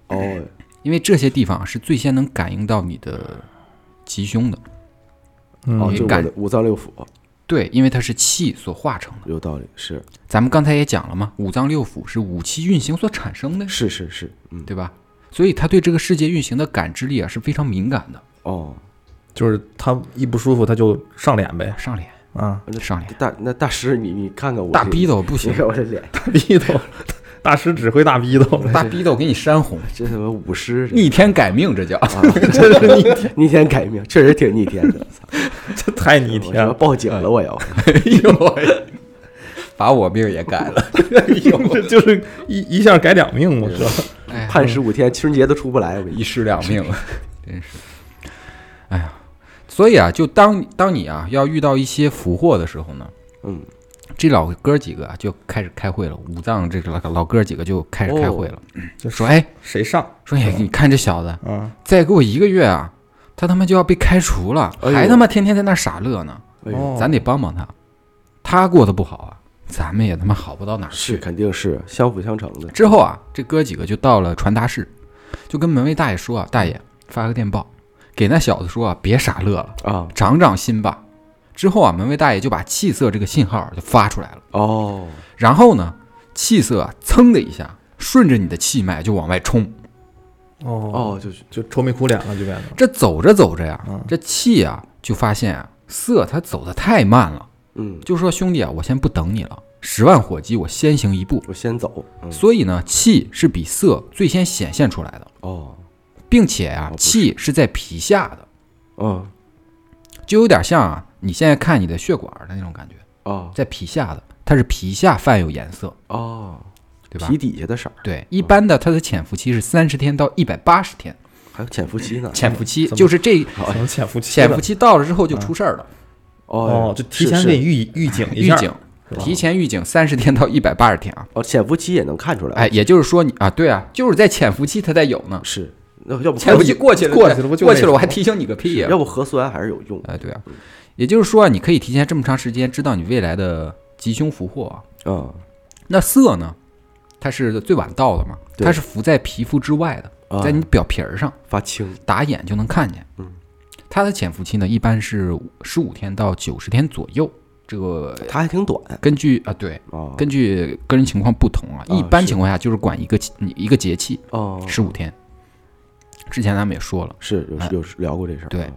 Speaker 2: 哦，
Speaker 1: 因为这些地方啊是最先能感应到你的吉凶的。
Speaker 3: 嗯
Speaker 2: 哦，
Speaker 1: 你
Speaker 2: 就我
Speaker 1: 感
Speaker 2: 的五脏六腑
Speaker 1: 对，因为它是气所化成的。
Speaker 2: 有道理，是
Speaker 1: 咱们刚才也讲了嘛，五脏六腑是五气运行所产生的，
Speaker 2: 是是是，嗯，
Speaker 1: 对吧？所以他对这个世界运行的感知力啊是非常敏感的。
Speaker 2: 哦，
Speaker 3: 就是他一不舒服他就上脸呗，
Speaker 1: 上脸，
Speaker 3: 啊，
Speaker 2: 那
Speaker 1: 上脸，
Speaker 2: 大那大师，你你看看我
Speaker 1: 大
Speaker 2: 这
Speaker 1: 逼，斗不
Speaker 2: 你
Speaker 1: 行，
Speaker 2: 看我这脸，
Speaker 3: 大逼斗， [LAUGHS] 大师指挥大逼 [LAUGHS] 斗，
Speaker 1: 大逼斗给你扇红，
Speaker 2: 这他妈舞狮，这
Speaker 1: 逆天改命，这叫。 [LAUGHS]
Speaker 2: [LAUGHS]
Speaker 3: 真是逆天，
Speaker 2: 逆啊天改命，确实挺逆天
Speaker 1: [LAUGHS]
Speaker 2: 的。操
Speaker 3: 这太逆
Speaker 2: 我
Speaker 3: 天
Speaker 2: 他妈
Speaker 3: 了，
Speaker 2: 报警了，我要。
Speaker 1: 哎呦喂，把我命也改了。 [LAUGHS] 哎
Speaker 3: 这 [LAUGHS] 就是一一下改两命，我说
Speaker 1: 哎呀
Speaker 2: 判十五天，春节都出不来。我跟你
Speaker 1: 一尸两命，真是，哎呀，所以啊，就当当你啊要遇到一些福祸的时候呢，
Speaker 2: 说，嗯，
Speaker 1: 这老哥几个啊就开始开会了，五藏这个老老哥几个就开始开会
Speaker 2: 哦
Speaker 1: 了，
Speaker 3: 就
Speaker 1: 说哎，
Speaker 3: 谁上
Speaker 1: 说哎，你看这小子，
Speaker 3: 啊？
Speaker 1: 再给我一个月啊，他他妈就要被开除了，
Speaker 2: 哎呦
Speaker 1: 还他妈天天在那儿傻乐呢，
Speaker 2: 哎呦，
Speaker 1: 咱得帮帮他，他过得不好啊，咱们也他妈好不到哪儿
Speaker 2: 是
Speaker 1: 去。
Speaker 2: 肯定是相辅相成的。
Speaker 1: 之后啊，这哥几个就到了传达室，就跟门卫大爷说啊，大爷发个电报，给那小子说啊，别傻乐了，
Speaker 2: 啊，
Speaker 1: 长长心吧。之后啊，门卫大爷就把气色这个信号就发出来了，
Speaker 2: 哦，
Speaker 1: 然后呢，气色啊，噌的一下，顺着你的气脉就往外冲。
Speaker 3: 哦
Speaker 2: 哦，就是
Speaker 3: 就愁眉苦脸了，就变得
Speaker 1: 这走着走着呀
Speaker 3: 嗯，
Speaker 1: 这气啊就发现啊，色它走的太慢了，
Speaker 2: 嗯，
Speaker 1: 就说兄弟啊，我先不等你了，十万火急我先行一步。
Speaker 2: 我先走。嗯，
Speaker 1: 所以呢，气是比色最先显现出来的。
Speaker 2: 哦，
Speaker 1: 并且啊
Speaker 2: 哦，不是
Speaker 1: 气是在皮下的，
Speaker 2: 嗯，
Speaker 1: 就有点像啊，你现在看你的血管的那种感觉，
Speaker 2: 哦，
Speaker 1: 在皮下的，它是皮下泛有颜色，
Speaker 2: 哦，
Speaker 1: 对吧
Speaker 2: 皮？底下的色儿，
Speaker 1: 对，一般的它的潜伏期是三十天到一百八十天，
Speaker 2: 还有潜伏期呢。
Speaker 1: 潜伏期
Speaker 3: 嗯怎么
Speaker 1: 就是这
Speaker 3: 可能潜伏期
Speaker 1: 潜
Speaker 3: 了
Speaker 1: 伏。期到了之后就出事儿了，
Speaker 2: 哦
Speaker 3: 哦，，就提前
Speaker 2: 是
Speaker 3: 给
Speaker 2: 是
Speaker 3: 你预预警一
Speaker 1: 预
Speaker 3: 下，
Speaker 1: 警，提前预警三十天到一百八十天啊，
Speaker 2: 哦，潜伏期也能看出来。
Speaker 1: 哎，，也就是说你啊，对啊，就是在潜伏期它才有呢，
Speaker 2: 是，那要不
Speaker 1: 潜伏期过去了，
Speaker 3: 过去了不就
Speaker 1: 过去
Speaker 3: 那
Speaker 1: 了，
Speaker 3: 个
Speaker 1: 我还提醒你个屁呀
Speaker 2: 要！不核酸还是有用的。
Speaker 1: 哎，对啊，也就是说啊，你可以提前这么长时间知道你未来的吉凶福祸啊。
Speaker 2: 嗯，
Speaker 1: 那色呢，它是最晚到的嘛，
Speaker 2: 对
Speaker 1: 它是浮在皮肤之外的，
Speaker 2: 啊
Speaker 1: 在你表皮儿上，
Speaker 2: 发青。
Speaker 1: 打眼就能看见。
Speaker 2: 嗯，
Speaker 1: 它的潜伏期呢，一般是十五天到九十天左右。这个
Speaker 2: 它还挺短
Speaker 1: 根据啊，对，
Speaker 2: 啊，
Speaker 1: 根据个人情况不同啊，
Speaker 2: 哎啊
Speaker 1: 一般
Speaker 2: 是
Speaker 1: 情况下就是管一个你一个节气
Speaker 2: 哦
Speaker 1: 十五天。之前咱们也说了，
Speaker 2: 是有有聊过这事儿。
Speaker 1: 哎对
Speaker 2: 嗯，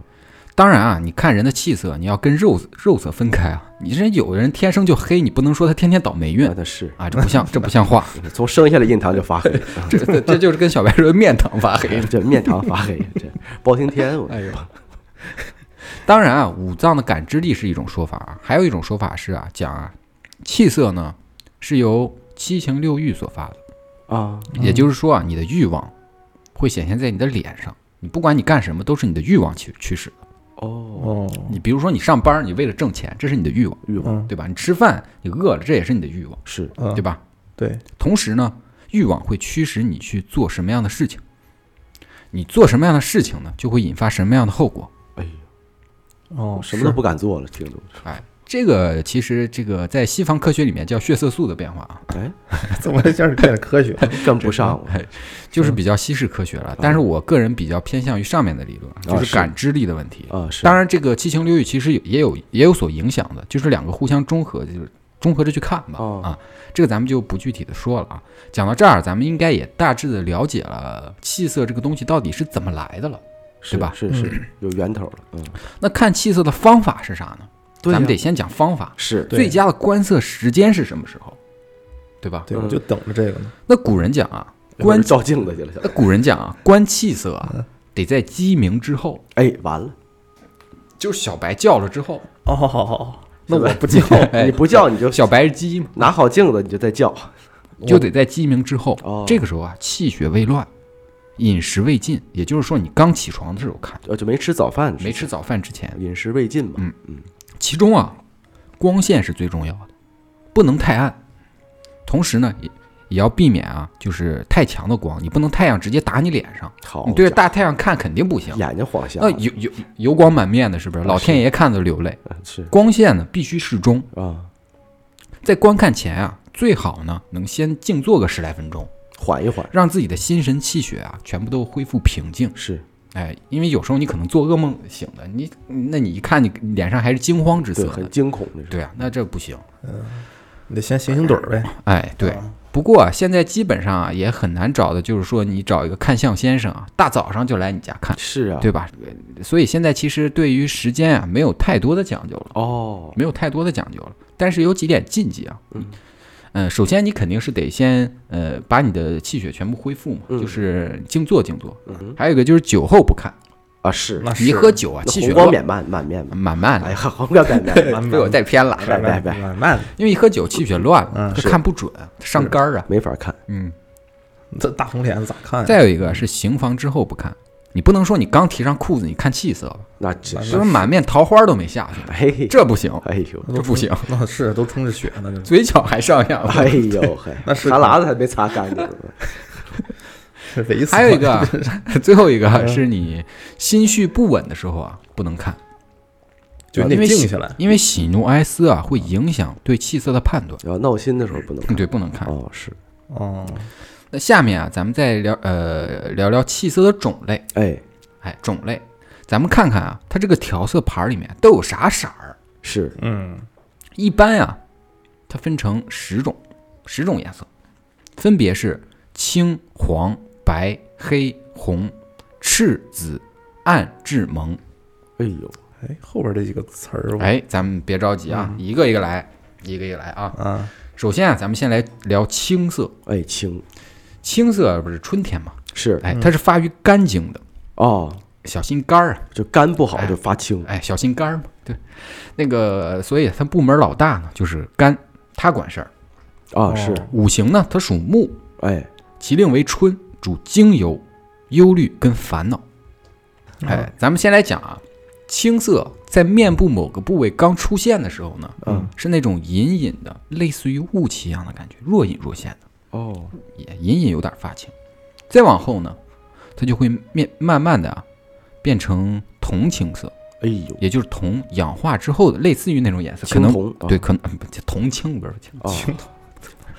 Speaker 1: 当然啊，你看人的气色，你要跟肉肉色分开啊。你这有的人天生就黑，你不能说他天天倒霉运
Speaker 2: 那那是
Speaker 1: 啊，这不像这不像
Speaker 2: [LAUGHS]
Speaker 1: 话，
Speaker 2: 从生下来印堂
Speaker 1: [LAUGHS]
Speaker 2: 就发黑，啊
Speaker 1: 这这这就是跟小白说的面堂发黑。
Speaker 2: 这面堂发
Speaker 1: [LAUGHS]
Speaker 2: 黑，这包青天我。
Speaker 1: 哎呦， [LAUGHS] 当然啊，五脏的感知力是一种说法啊，还有一种说法是啊，讲啊，气色呢是由七情六欲所发的，
Speaker 2: 啊，
Speaker 3: 嗯
Speaker 1: 也就是说啊，你的欲望会显现在你的脸上。你不管你干什么，都是你的欲望驱驱使的。
Speaker 2: 哦，
Speaker 3: 哦，
Speaker 1: 你比如说，你上班，你为了挣钱，这是你的欲望，
Speaker 2: 欲望
Speaker 3: 嗯，
Speaker 1: 对吧？你吃饭，你饿了，这也是你的欲望，
Speaker 2: 是
Speaker 3: 嗯
Speaker 1: 对吧？
Speaker 3: 对，
Speaker 1: 同时呢，欲望会驱使你去做什么样的事情，你做什么样的事情呢，就会引发什么样的后果。
Speaker 2: 哎呀，
Speaker 3: 哦，
Speaker 2: 什么都
Speaker 3: 是
Speaker 2: 不敢做了，听着，
Speaker 1: 哎，这个其实这个在西方科学里面叫血色素的变化啊， [LAUGHS]
Speaker 2: 哎，
Speaker 3: 怎么一下就变得科学了？
Speaker 2: 跟不上了。嗯
Speaker 1: 就是比较西式科学了。但是我个人比较偏向于上面的理论啊，
Speaker 2: 啊
Speaker 1: 就是
Speaker 2: 嗯是
Speaker 1: 感知力的问题。
Speaker 2: 啊，是，
Speaker 1: 当然，这个七情六欲其实有也有也有所影响的，就是两个互相中和，就是中和着去看吧。
Speaker 2: 哦
Speaker 1: 啊，这个咱们就不具体的说了啊。讲到这儿，咱们应该也大致的了解了气色这个东西到底是怎么来的了。
Speaker 2: 是
Speaker 1: 对吧
Speaker 2: 是是，有源头了，嗯，
Speaker 1: 那看气色的方法是啥呢？
Speaker 2: 对
Speaker 1: 咱们
Speaker 2: 呀
Speaker 1: 得先讲方法，
Speaker 2: 是
Speaker 3: 对
Speaker 1: 最佳的观色时间是什么时候，对吧？
Speaker 3: 对，
Speaker 2: 嗯
Speaker 3: 我就等着这个呢。
Speaker 1: 那古人讲啊，观
Speaker 2: 关照镜子去了，现
Speaker 1: 那
Speaker 2: 在
Speaker 1: 古人讲啊，观气色啊，得在鸡鸣之后，
Speaker 2: 哎，完了，
Speaker 1: 就是小白叫了之后，
Speaker 3: 哦，好好好，那我
Speaker 2: 是吧
Speaker 3: 不叫，
Speaker 1: [LAUGHS] 哎
Speaker 2: 你不叫你就
Speaker 1: [LAUGHS] 小白是鸡嘛，
Speaker 2: 拿好镜子你就再叫，
Speaker 1: 就得在鸡鸣之后
Speaker 2: 哦，
Speaker 1: 这个时候啊，气血未乱，饮食未进，也就是说你刚起床的时候看，
Speaker 2: 呃，就没吃早饭，
Speaker 1: 没吃早饭之前，
Speaker 2: 饮食未进嘛，
Speaker 1: 嗯其中啊，光线是最重要的，不能太暗，同时呢也。也要避免啊，就是太强的光，你不能太阳直接打你脸上，
Speaker 2: 好
Speaker 1: 你对着
Speaker 2: 家
Speaker 1: 大太哎阳看肯定不行
Speaker 2: 伙，。眼睛晃瞎
Speaker 1: 那
Speaker 2: 了，
Speaker 1: 油油油光满面的，是不是？
Speaker 2: 啊
Speaker 1: 老
Speaker 2: 是
Speaker 1: 天爷看着流泪。
Speaker 2: 嗯是
Speaker 1: 光线呢必须适中，
Speaker 2: 啊，
Speaker 1: 在观看前啊，最好呢能先静坐个十来分钟，
Speaker 2: 缓一缓，
Speaker 1: 让自己的心神气血啊全部都恢复平静。
Speaker 2: 是
Speaker 1: 哎，因为有时候你可能做噩梦醒的，你那你一看你脸上还是惊慌之色
Speaker 2: 对，
Speaker 1: 的
Speaker 2: 很惊恐的是，
Speaker 1: 对啊，那这不行。
Speaker 3: [LAUGHS] 你得先醒醒盹儿呗。
Speaker 1: 哎，对。不过、啊、现在基本上啊也很难找的，就是说你找一个看相先生啊，大早上就来你家看，
Speaker 2: 是啊，
Speaker 1: 对吧？所以现在其实对于时间啊没有太多的讲究了。
Speaker 2: 哦，
Speaker 1: 没有太多的讲究了。但是有几点禁忌啊，嗯，呃，首先你肯定是得先呃把你的气血全部恢复嘛，
Speaker 2: 嗯
Speaker 1: 就是静坐静坐。
Speaker 2: 嗯哼
Speaker 1: 还有一个就是酒后不看，
Speaker 2: 啊是，
Speaker 3: 那
Speaker 1: 你一
Speaker 3: 是 [LAUGHS]
Speaker 1: 喝酒啊，
Speaker 2: 那
Speaker 1: 气
Speaker 2: 红
Speaker 1: 血
Speaker 2: 光
Speaker 1: 乱
Speaker 2: 满满满面嘛，
Speaker 1: 满漫
Speaker 2: 哎
Speaker 1: 的，
Speaker 2: 呀， [LAUGHS] 红光满面嘛，
Speaker 3: 慢
Speaker 1: 被我带偏了，
Speaker 2: 拜拜拜，
Speaker 3: 慢慢，
Speaker 1: 因为一喝酒气血乱了
Speaker 3: 嗯，
Speaker 1: 他
Speaker 2: 是
Speaker 1: 看不准，它上杆儿啊，
Speaker 2: 没法看，
Speaker 1: 嗯。
Speaker 3: 这大红脸咋
Speaker 2: 嗯
Speaker 3: 看呀？
Speaker 1: 再有一个是行房之后不看。你不能说你刚提上裤子，你看气色吧，
Speaker 2: 那真
Speaker 3: 那
Speaker 1: 就是满面桃花都没下去，
Speaker 2: 哎
Speaker 1: 这不行，
Speaker 2: 哎呦
Speaker 1: 这
Speaker 3: 那都
Speaker 1: 不行，
Speaker 3: 那是都冲着血呢，这
Speaker 1: 嘴角还上扬了。
Speaker 2: 哎呦嘿，
Speaker 3: 那是
Speaker 2: 沙拉子还没擦干净呢，
Speaker 3: 是
Speaker 1: [LAUGHS]
Speaker 3: 猥琐。
Speaker 1: 还有一个啊，嗯最后一个是你心绪不稳的时候啊，不能看，
Speaker 3: 就你
Speaker 1: 啊因为
Speaker 3: 得
Speaker 1: 喜
Speaker 3: 静下来，
Speaker 1: 因为喜怒哀思啊会影响对气色的判断，
Speaker 2: 然后闹心的时候不能看，
Speaker 1: 对，不能看。
Speaker 2: 哦是，
Speaker 3: 哦，
Speaker 1: 那下面啊，咱们再聊呃聊聊气色的种类，
Speaker 2: 哎
Speaker 1: 哎，种类，咱们看看啊，它这个调色盘里面都有啥色儿？
Speaker 2: 是
Speaker 3: 嗯，
Speaker 1: 一般啊，它分成十种，十种颜色，分别是青、黄、白、黑、红、赤、紫、暗、至蒙。
Speaker 2: 哎呦
Speaker 3: 哎，后边这几个词儿我，
Speaker 1: 哎，咱们别着急啊，一个一个来，一个一个来啊。
Speaker 3: 啊，
Speaker 1: 首先啊，咱们先来聊青色。
Speaker 2: 哎青
Speaker 1: 青色不是春天嘛？
Speaker 2: 是
Speaker 1: 哎，它是发于肝经的，
Speaker 2: 哦，
Speaker 1: 小心肝儿啊！
Speaker 2: 就肝不好就发啊青，
Speaker 1: 哎，小心肝儿嘛。对，那个，所以它部门老大呢就是肝，它管事儿。
Speaker 2: 啊
Speaker 3: 哦
Speaker 2: 是，
Speaker 1: 五行呢，它属木，
Speaker 2: 哎
Speaker 1: 其令为春，主精油、忧虑跟烦恼。
Speaker 2: 啊
Speaker 1: 哎，咱们先来讲啊，青色在面部某个部位刚出现的时候呢，
Speaker 2: 嗯
Speaker 1: 是那种隐隐的，类似于雾气一样的感觉，若隐若现的，
Speaker 2: 哦
Speaker 1: 也隐隐有点发青。再往后呢，它就会面慢慢的啊，变成铜青色，
Speaker 2: 哎呦
Speaker 1: 也就是铜氧化之后的，类似于那种颜色，可
Speaker 2: 青
Speaker 1: 能
Speaker 2: 铜啊
Speaker 1: 对，可能不铜青不是青，
Speaker 2: 哦
Speaker 3: 青铜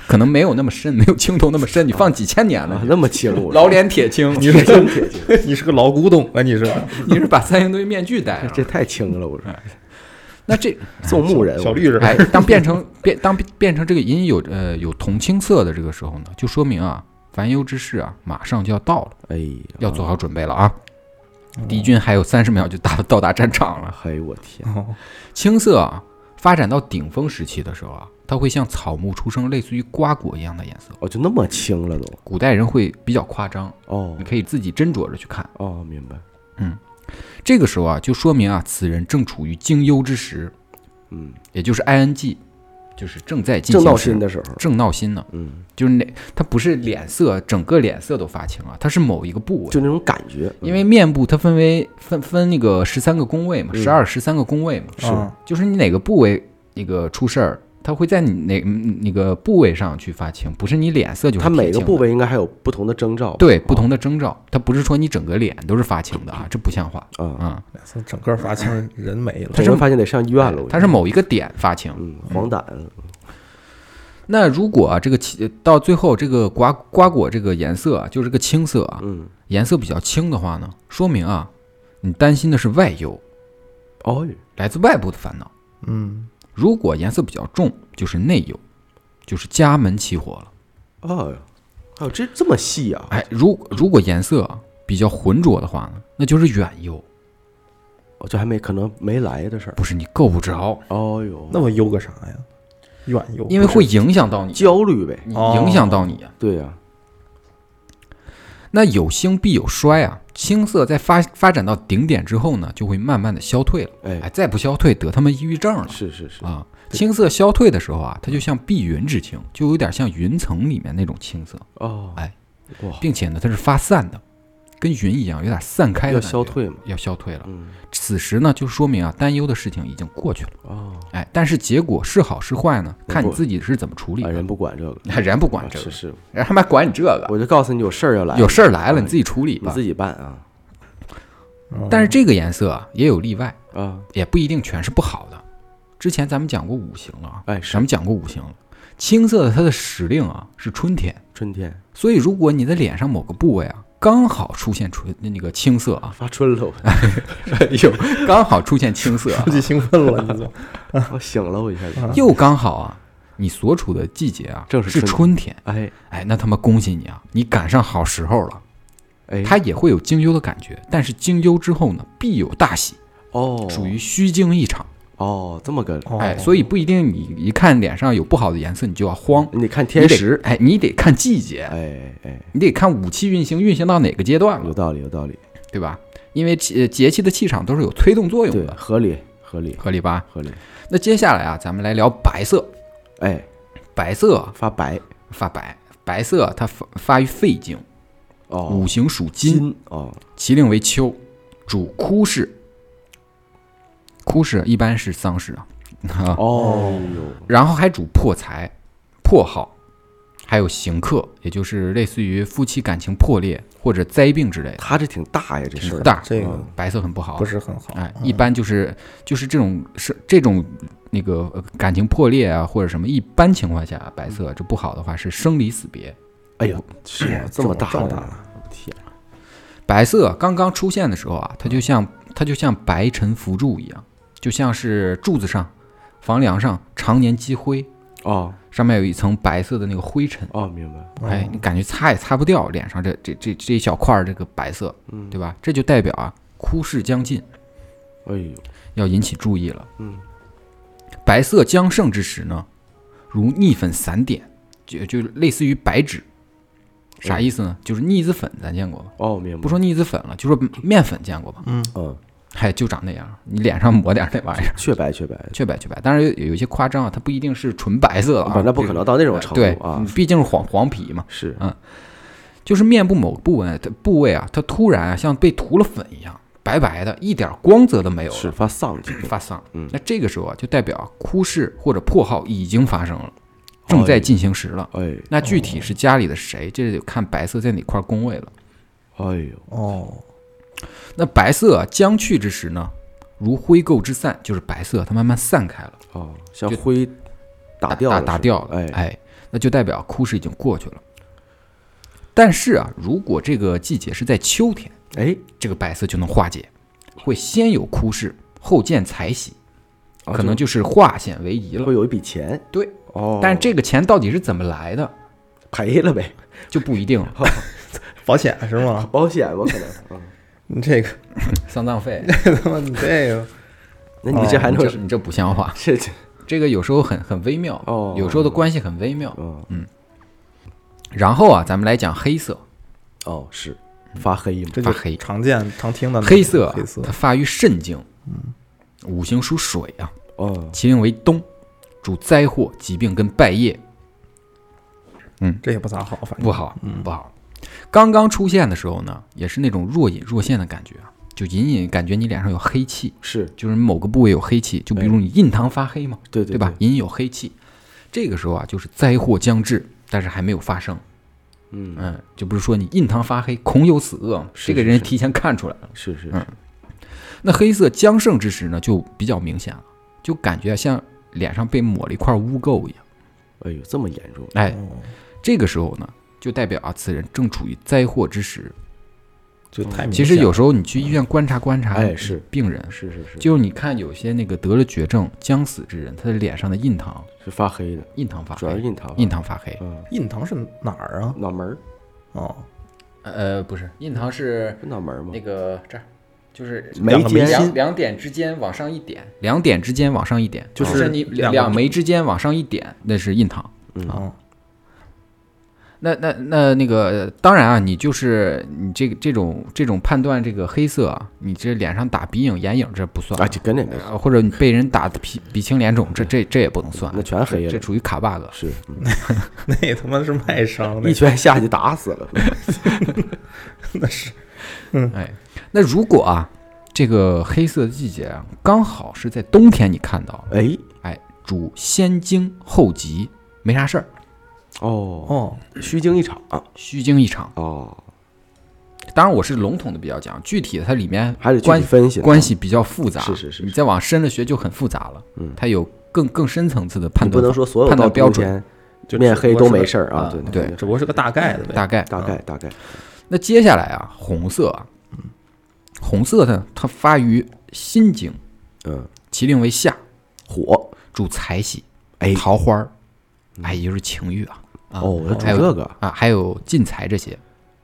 Speaker 1: 可能没有那么深，没有青铜那么深，你放几千年
Speaker 2: 啊
Speaker 1: 了，
Speaker 2: 那么青我
Speaker 1: 老脸铁青，你
Speaker 2: 铁
Speaker 1: 是
Speaker 2: 青铁青，
Speaker 3: [LAUGHS] 你是个老古董啊，你是
Speaker 1: 你是把三星堆面具戴
Speaker 2: 这
Speaker 1: 上
Speaker 2: 这
Speaker 1: 了，
Speaker 2: 太青了我说，
Speaker 1: 那这
Speaker 2: 送木人
Speaker 3: 小绿人，
Speaker 1: 哎，当变成变当变成这个隐隐有呃有铜青色的这个时候呢，就说明啊烦忧之事啊马上就要到了，
Speaker 2: 哎呀
Speaker 1: 要做好准备了啊！
Speaker 2: 嗯
Speaker 1: 敌军还有三十秒就达到达战场了。
Speaker 2: 哎呦我天
Speaker 3: 哦
Speaker 1: 青色啊发展到顶峰时期的时候啊，它会像草木出生，类似于瓜果一样的颜色。
Speaker 2: 哦就那么青了都
Speaker 1: 古代人会比较夸张，
Speaker 2: 哦
Speaker 1: 你可以自己斟酌着去看。
Speaker 2: 哦明白
Speaker 1: 这个时候啊，就说明啊此人正处于经忧之时，
Speaker 2: 嗯
Speaker 1: 也就是 ing，就是正在进
Speaker 2: 正
Speaker 1: 行
Speaker 2: 闹
Speaker 1: 时
Speaker 2: 心的时候
Speaker 1: 正闹心呢。
Speaker 2: 嗯
Speaker 1: 就是那它不是脸色，整个脸色都发青啊，它是某一个部位。
Speaker 2: 就那种感觉嗯
Speaker 1: 因为面部它分为分分那个十三个宫位嘛，
Speaker 2: 嗯
Speaker 1: 十二十三个宫位嘛，
Speaker 2: 是
Speaker 3: 啊
Speaker 1: 就是你哪个部位那个出事儿，它会在你哪嗯那个部位上去发青，不是你脸色就是
Speaker 2: 它每
Speaker 1: 铁
Speaker 2: 个
Speaker 1: 青
Speaker 2: 部
Speaker 1: 的
Speaker 2: 位应该还有不同的征兆吧。
Speaker 1: 对不同的征兆，它不是说你整个脸都是发青的啊，这不像话
Speaker 2: 啊，
Speaker 1: 啊、
Speaker 3: 整个发青人没了
Speaker 1: 它
Speaker 2: 这
Speaker 1: 是哎
Speaker 2: 人发现得上医院了。我
Speaker 1: 它是某一个点发青。
Speaker 2: 嗯，黄疸
Speaker 1: 那如果啊，这个青到最后这个瓜瓜果这个颜色啊，就是个青色啊，
Speaker 2: 嗯，
Speaker 1: 颜色比较青的话呢，说明啊，你担心的是外忧，
Speaker 2: 哦，
Speaker 1: 来自外部的烦恼；
Speaker 3: 嗯，
Speaker 1: 如果颜色比较重，就是内忧，就是家门起火了。
Speaker 2: 哦，哦，这这么细啊？
Speaker 1: 哎，如如果颜色啊比较浑浊的话呢，那就是远忧，
Speaker 2: 我哦这还没可能没来的事儿。
Speaker 1: 不是你够不着，
Speaker 2: 哦呦，
Speaker 3: 那我忧个啥呀？远忧，
Speaker 1: 因为会
Speaker 3: [LAUGHS]
Speaker 1: 影响到你，啊
Speaker 2: 焦虑呗。
Speaker 1: 你
Speaker 3: 哦
Speaker 1: 影响到你啊。
Speaker 2: 对呀，
Speaker 1: 那有兴必有衰啊，青色在发发展到顶点之后呢，就会慢慢的消退了。哎，
Speaker 2: 哎，
Speaker 1: 再不消退，得他妈抑郁症了
Speaker 2: 是是是，
Speaker 1: 啊！青色消退的时候啊，它就像碧云之青，就有点像云层里面那种青色，
Speaker 2: 哦，
Speaker 1: 哎，
Speaker 2: 哇，
Speaker 1: 并且呢，它是发散的，跟云一样，有点散开的
Speaker 2: 要
Speaker 1: 感觉
Speaker 2: 消，退嘛？
Speaker 1: 要消退了。
Speaker 2: 嗯，
Speaker 1: 此时呢，就说明啊，担忧的事情已经过去了。
Speaker 2: 哦，
Speaker 1: 哎，但是结果是好是坏呢，
Speaker 2: 不
Speaker 1: 看你自己是怎么处理
Speaker 2: 啊，
Speaker 1: 的。
Speaker 2: 人不管这个，
Speaker 1: 哎 [LAUGHS] 人不管
Speaker 2: 啊
Speaker 1: 这
Speaker 2: 是
Speaker 1: 个，
Speaker 2: 是，
Speaker 1: 人他妈管你这
Speaker 2: [LAUGHS]
Speaker 1: 个，
Speaker 2: 我就告诉你有事儿要来，
Speaker 1: 有事儿来了你自己处理
Speaker 2: 你
Speaker 1: 吧
Speaker 2: 自。己办啊
Speaker 3: 嗯
Speaker 1: 但是这个颜色啊也有例外，
Speaker 2: 啊，
Speaker 1: 也不一定全是不好的。之前咱们讲过五行了啊，
Speaker 2: 哎，
Speaker 1: 咱们讲过五行了。青色的它的时令啊是春天，
Speaker 2: 春天
Speaker 1: 所以如果你的脸上某个部位啊刚好出现春那个青色
Speaker 2: [LAUGHS]
Speaker 1: 啊，
Speaker 2: 发春
Speaker 1: [LAUGHS]
Speaker 2: 了，我
Speaker 1: 有刚好出现青色啊、
Speaker 3: 出去兴奋了，你怎么？
Speaker 2: [LAUGHS] 我醒了，我一下子，
Speaker 1: 又刚好啊，你所处的季节啊
Speaker 2: 正是
Speaker 1: 是
Speaker 2: 春
Speaker 1: 春天，
Speaker 2: 哎
Speaker 1: 哎，那他妈恭喜你啊，你赶上好时候了。
Speaker 2: 哎，
Speaker 1: 它也会有惊忧的感觉，但是惊忧之后呢，必有大喜，
Speaker 2: 哦，
Speaker 1: 属于虚惊一场。
Speaker 2: 哦这么个，
Speaker 1: [LAUGHS] 哎，所以不一定你一看脸上有不好的颜色你就要慌，
Speaker 2: 你得看天
Speaker 1: 你
Speaker 2: 时，
Speaker 1: 得，哎，你得看季节，
Speaker 2: 哎哎，
Speaker 1: 你得看五气运行运行到哪个阶段
Speaker 2: 有
Speaker 1: 了，
Speaker 2: 道理有道理，
Speaker 1: 对吧？因为气呃节气的气场都是有推动作用
Speaker 2: 对，
Speaker 1: 的，
Speaker 2: 合理合理
Speaker 1: 合理吧？
Speaker 2: 合理，
Speaker 1: 那接下来啊，咱们来聊白色，
Speaker 2: 哎，
Speaker 1: 白色
Speaker 2: 发白
Speaker 1: 发白，白色它发发于肺经，
Speaker 2: 哦
Speaker 1: 五，行属金，
Speaker 2: 金哦，
Speaker 1: 其令为秋，主哭事。哭事一般是丧事啊，啊，
Speaker 2: 哦呦，
Speaker 1: [LAUGHS] 然后还主破财、破耗，还有刑克，也就是类似于夫妻感情破裂或者灾病之类的，
Speaker 2: 他这挺大呀，这事
Speaker 1: 挺
Speaker 2: 儿，
Speaker 1: 大。
Speaker 3: 这个
Speaker 2: 嗯
Speaker 1: 白色很不好，
Speaker 3: 不是很好。
Speaker 1: 哎，一般就是就是这种是这种那个呃感情破裂啊或者什么，一般情况下白色这不好的话是生离死别。
Speaker 2: 哎呦，是啊这么大
Speaker 3: 这么
Speaker 2: 的
Speaker 3: 大，
Speaker 2: 天，
Speaker 1: 白色刚刚出现的时候啊，它就像它就像白尘浮柱一样，就像是柱子上、房梁上常年积灰，
Speaker 2: 哦
Speaker 1: 上面有一层白色的那个灰尘。
Speaker 2: 哦，明白，
Speaker 1: 哎，你感觉擦也擦不掉脸上这这这这一小块儿这个白色，
Speaker 2: 嗯，
Speaker 1: 对吧？这就代表啊，哭事将近，
Speaker 2: 哎呦，
Speaker 1: 要引起注意了。
Speaker 2: 嗯，
Speaker 1: 白色将盛之时呢，如腻粉散点，就就类似于白纸，啥意思呢？就是腻子粉，咱见过吧？
Speaker 2: 哦，明白，
Speaker 1: 不说腻子粉了，就说面粉见过吧？
Speaker 3: 嗯，
Speaker 2: 嗯，
Speaker 1: 嗨，就长那样，你脸上抹点儿那玩意儿，
Speaker 2: 雀白雀白，
Speaker 1: 雀白雀白。当然有有一些夸张啊，它不一定是纯白色的啊
Speaker 2: 反，正不可能哦到那种程
Speaker 1: 对嗯
Speaker 2: 度啊
Speaker 1: 你，毕竟是黄黄皮嘛。
Speaker 2: 是
Speaker 1: 啊就是面部某个部位，它部位啊，它突然啊像被涂了粉一样，白白的，一点光泽都没有了，
Speaker 2: 是发丧气，
Speaker 1: 发丧。
Speaker 2: 嗯
Speaker 1: 那这个时候啊，就代表哭事或者破耗已经发生
Speaker 2: 哦
Speaker 1: 了，正在进行时了。
Speaker 2: 哎
Speaker 1: 那具体是家里的谁，这就看白色在哪块宫位了。
Speaker 2: 哎呦，
Speaker 3: 哦，
Speaker 1: 那白色啊将去之时呢，如灰垢之散，就是白色它慢慢散开了，
Speaker 2: 哦，像
Speaker 1: 就
Speaker 2: 灰打掉
Speaker 1: 打
Speaker 2: 了
Speaker 1: 打
Speaker 2: 似的
Speaker 1: 掉了，
Speaker 2: 哎
Speaker 1: 那就代表哭事已经过去了。但是啊，如果这个季节是在秋天。
Speaker 2: 哎，
Speaker 1: 这个白色就能化解，会先有哭事，后见财喜，
Speaker 2: 啊
Speaker 1: 可能就是化险为夷了。
Speaker 2: 会有一笔钱
Speaker 1: 对，
Speaker 2: 哦，
Speaker 1: 但是这个钱到底是怎么来的
Speaker 2: 赔了呗，
Speaker 1: 就不一定了。
Speaker 3: 保险是
Speaker 1: 啊
Speaker 2: [LAUGHS]
Speaker 3: 吗？
Speaker 2: 保险
Speaker 1: [LAUGHS]
Speaker 2: 吧可能，嗯
Speaker 3: 你这个，
Speaker 1: 丧葬 [LAUGHS] 费，
Speaker 3: 他妈你这个， [LAUGHS]
Speaker 2: 那你这还
Speaker 1: 你
Speaker 2: 能
Speaker 1: 这
Speaker 2: [LAUGHS]
Speaker 1: 你这不像话，
Speaker 2: 这这，
Speaker 1: 这个有时候很很微妙
Speaker 2: 哦，
Speaker 1: 有时候的关系很微妙。
Speaker 2: 嗯
Speaker 1: 然后啊，咱们来讲黑色，
Speaker 2: 哦是
Speaker 1: 嗯
Speaker 2: 发黑嘛，
Speaker 3: 这就
Speaker 1: 发黑
Speaker 3: 常见常听的那
Speaker 1: 黑色啊嗯
Speaker 3: 黑色
Speaker 1: 它发于肾经，五行属水啊，
Speaker 2: 哦
Speaker 1: 其令为冬，主灾祸、疾病跟败业。嗯
Speaker 3: 这也不咋好，反正
Speaker 1: 不好，不好。刚刚出现的时候呢，也是那种若隐若现的感觉啊，就隐隐感觉你脸上有黑气，
Speaker 2: 是
Speaker 1: 就是某个部位有黑气，就比如你印堂发黑嘛，
Speaker 2: 对
Speaker 1: 对
Speaker 2: 对
Speaker 1: 吧？？隐隐有黑气，这个时候啊，就是灾祸将至，但是还没有发生。
Speaker 2: 嗯，
Speaker 1: 嗯，就不是说你印堂发黑，恐有此恶嘛，
Speaker 2: 是
Speaker 1: 这个
Speaker 2: 是
Speaker 1: 人
Speaker 2: 是
Speaker 1: 提前看出来了。
Speaker 2: 是是
Speaker 1: 嗯那黑色将胜之时呢，就比较明显了，就感觉像脸上被抹了一块污垢一样。
Speaker 2: 哎呦，这么严重，
Speaker 1: 哎，
Speaker 3: 哦
Speaker 1: 这个时候呢，就代表啊，此人正处于灾祸之时。
Speaker 3: 这太明
Speaker 1: 其实
Speaker 3: 显
Speaker 1: 有
Speaker 3: 了
Speaker 1: 时候你去医院观察观察，
Speaker 2: 嗯啊哎是
Speaker 1: 病人，
Speaker 2: 是是是，
Speaker 1: 就是你看有些那个得了绝症将死之人，他的脸上的印堂
Speaker 2: 是发黑的，
Speaker 1: 印堂发
Speaker 2: 主要是
Speaker 1: 黑，
Speaker 2: 印堂，
Speaker 1: 印，堂发黑。
Speaker 2: 嗯，
Speaker 3: 印堂是哪儿啊？
Speaker 2: 脑门儿，
Speaker 3: 哦，
Speaker 1: 呃，不是，印堂是
Speaker 2: 是脑门儿吗？
Speaker 1: 个这儿，就是
Speaker 2: 眉
Speaker 3: 两个眉
Speaker 2: 间
Speaker 3: 心
Speaker 1: 两点之间往上一点，两点之间往上一点，啊
Speaker 3: 就是
Speaker 1: 你
Speaker 3: 两个
Speaker 1: 两眉之间往上一点，那是印堂。
Speaker 2: 嗯啊
Speaker 3: 哦，
Speaker 1: 那那那那个，当然啊，你就是你这个这种这种判断这个黑色啊，你这脸上打鼻影、眼影这不算
Speaker 2: 啊，这跟那没，
Speaker 1: 呃或者你被人打的鼻鼻青脸肿，这这这也不能算，
Speaker 2: 那全黑
Speaker 1: 这这
Speaker 2: 了，
Speaker 1: 属于卡 bug。
Speaker 2: 是，
Speaker 1: [LAUGHS]
Speaker 2: 嗯
Speaker 3: 那他妈是外伤，那
Speaker 2: 一拳下去打死
Speaker 1: [LAUGHS]
Speaker 2: 了，
Speaker 3: 那是
Speaker 2: 嗯
Speaker 1: 哎，那如果啊，这个黑色的季节啊，刚好是在冬天，你看到，
Speaker 2: 哎，
Speaker 1: 哎，主先惊后急，没啥事儿，
Speaker 2: 哦，
Speaker 3: 哦，
Speaker 2: 虚惊一场，
Speaker 1: 虚惊一场。
Speaker 2: 哦，
Speaker 1: 当然，我是笼统的比较讲，具体它里面
Speaker 2: 还得具
Speaker 1: 关
Speaker 2: 体分析了
Speaker 1: 关系比较复杂，
Speaker 2: 是是是
Speaker 1: 你再往深了学就很复杂了，
Speaker 2: 嗯
Speaker 1: 它有更更深层次的判
Speaker 2: 你不
Speaker 1: 断方法，
Speaker 2: 能说所有
Speaker 1: 判
Speaker 2: 到
Speaker 1: 断标
Speaker 2: 冬
Speaker 1: 准
Speaker 2: 天
Speaker 3: 就
Speaker 2: 面
Speaker 3: 只
Speaker 2: 黑
Speaker 3: 不
Speaker 2: 都
Speaker 3: 过是
Speaker 2: 没
Speaker 3: 个
Speaker 2: 事儿啊，
Speaker 1: 啊
Speaker 2: 对那
Speaker 1: 对啊
Speaker 2: 肯定
Speaker 3: 只不过是个大概的呗。
Speaker 1: 大概。
Speaker 2: 大概大概，
Speaker 1: 那接下来啊，红色啊，
Speaker 2: 嗯
Speaker 1: 红色呢，它发于心经，
Speaker 2: 嗯，
Speaker 1: 其令为夏，
Speaker 2: 火，
Speaker 1: 主财喜，
Speaker 2: 哎嗯
Speaker 1: 桃花儿，哎，也就是情欲啊，啊
Speaker 2: 哦，他主
Speaker 1: 还有
Speaker 2: 这个，
Speaker 1: 啊，还有进财这些。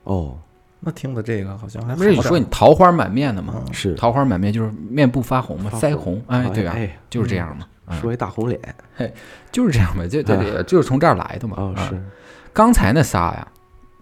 Speaker 2: 哦，
Speaker 3: 那听的这个好像还
Speaker 1: 不是
Speaker 3: 好
Speaker 1: 你说
Speaker 3: 点
Speaker 1: 你桃花满面的吗？
Speaker 2: 是，
Speaker 1: 桃花满面就是面部发红嘛，腮红，嗯哎，对啊，
Speaker 2: 哎，
Speaker 1: 就是这样嘛，嗯
Speaker 2: 说一大红脸，
Speaker 1: 就是这样嘛，这这这就是从这儿来的嘛。
Speaker 2: 哦
Speaker 1: 啊，
Speaker 2: 是，
Speaker 1: 刚才那仨呀，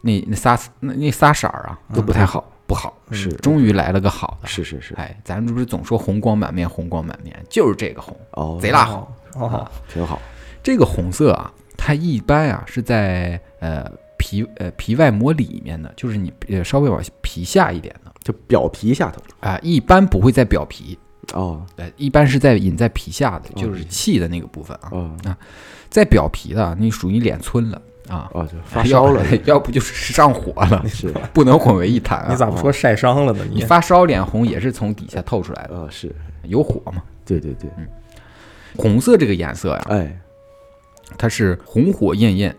Speaker 1: 那那仨那那仨色儿啊都不太好，不好。嗯
Speaker 2: 是
Speaker 1: 终于来了个好的，
Speaker 2: 是是是，
Speaker 1: 哎，咱们这不是总说红光满面，红光满面，就是这个红，
Speaker 2: 哦，
Speaker 1: 贼拉啊红。
Speaker 3: 哦哦，
Speaker 2: 挺好，
Speaker 1: 这个红色啊，它一般啊是在呃皮呃皮外膜里面的，就是你呃稍微往皮下一点的
Speaker 2: 就表皮下头，
Speaker 1: 啊、一般不会在表皮，
Speaker 2: 哦
Speaker 1: 呃，一般是在隐在皮下的，就是气的那个部分啊，
Speaker 2: 哦
Speaker 1: 在表皮的啊你属于脸皴了啊，
Speaker 2: 哦，就发烧了，
Speaker 1: [LAUGHS] 要不要不就是上火
Speaker 2: [LAUGHS]
Speaker 1: 了，
Speaker 2: 是，
Speaker 1: 不能混为一谈啊。
Speaker 3: 你咋不说晒伤了呢？
Speaker 1: 你
Speaker 3: 你
Speaker 1: 发烧脸红也是从底下透出来的，
Speaker 2: 呃是，
Speaker 1: 有火嘛？
Speaker 2: 对对对，
Speaker 1: 嗯红色这个颜色呀，
Speaker 2: 哎，
Speaker 1: 它是红火艳艳，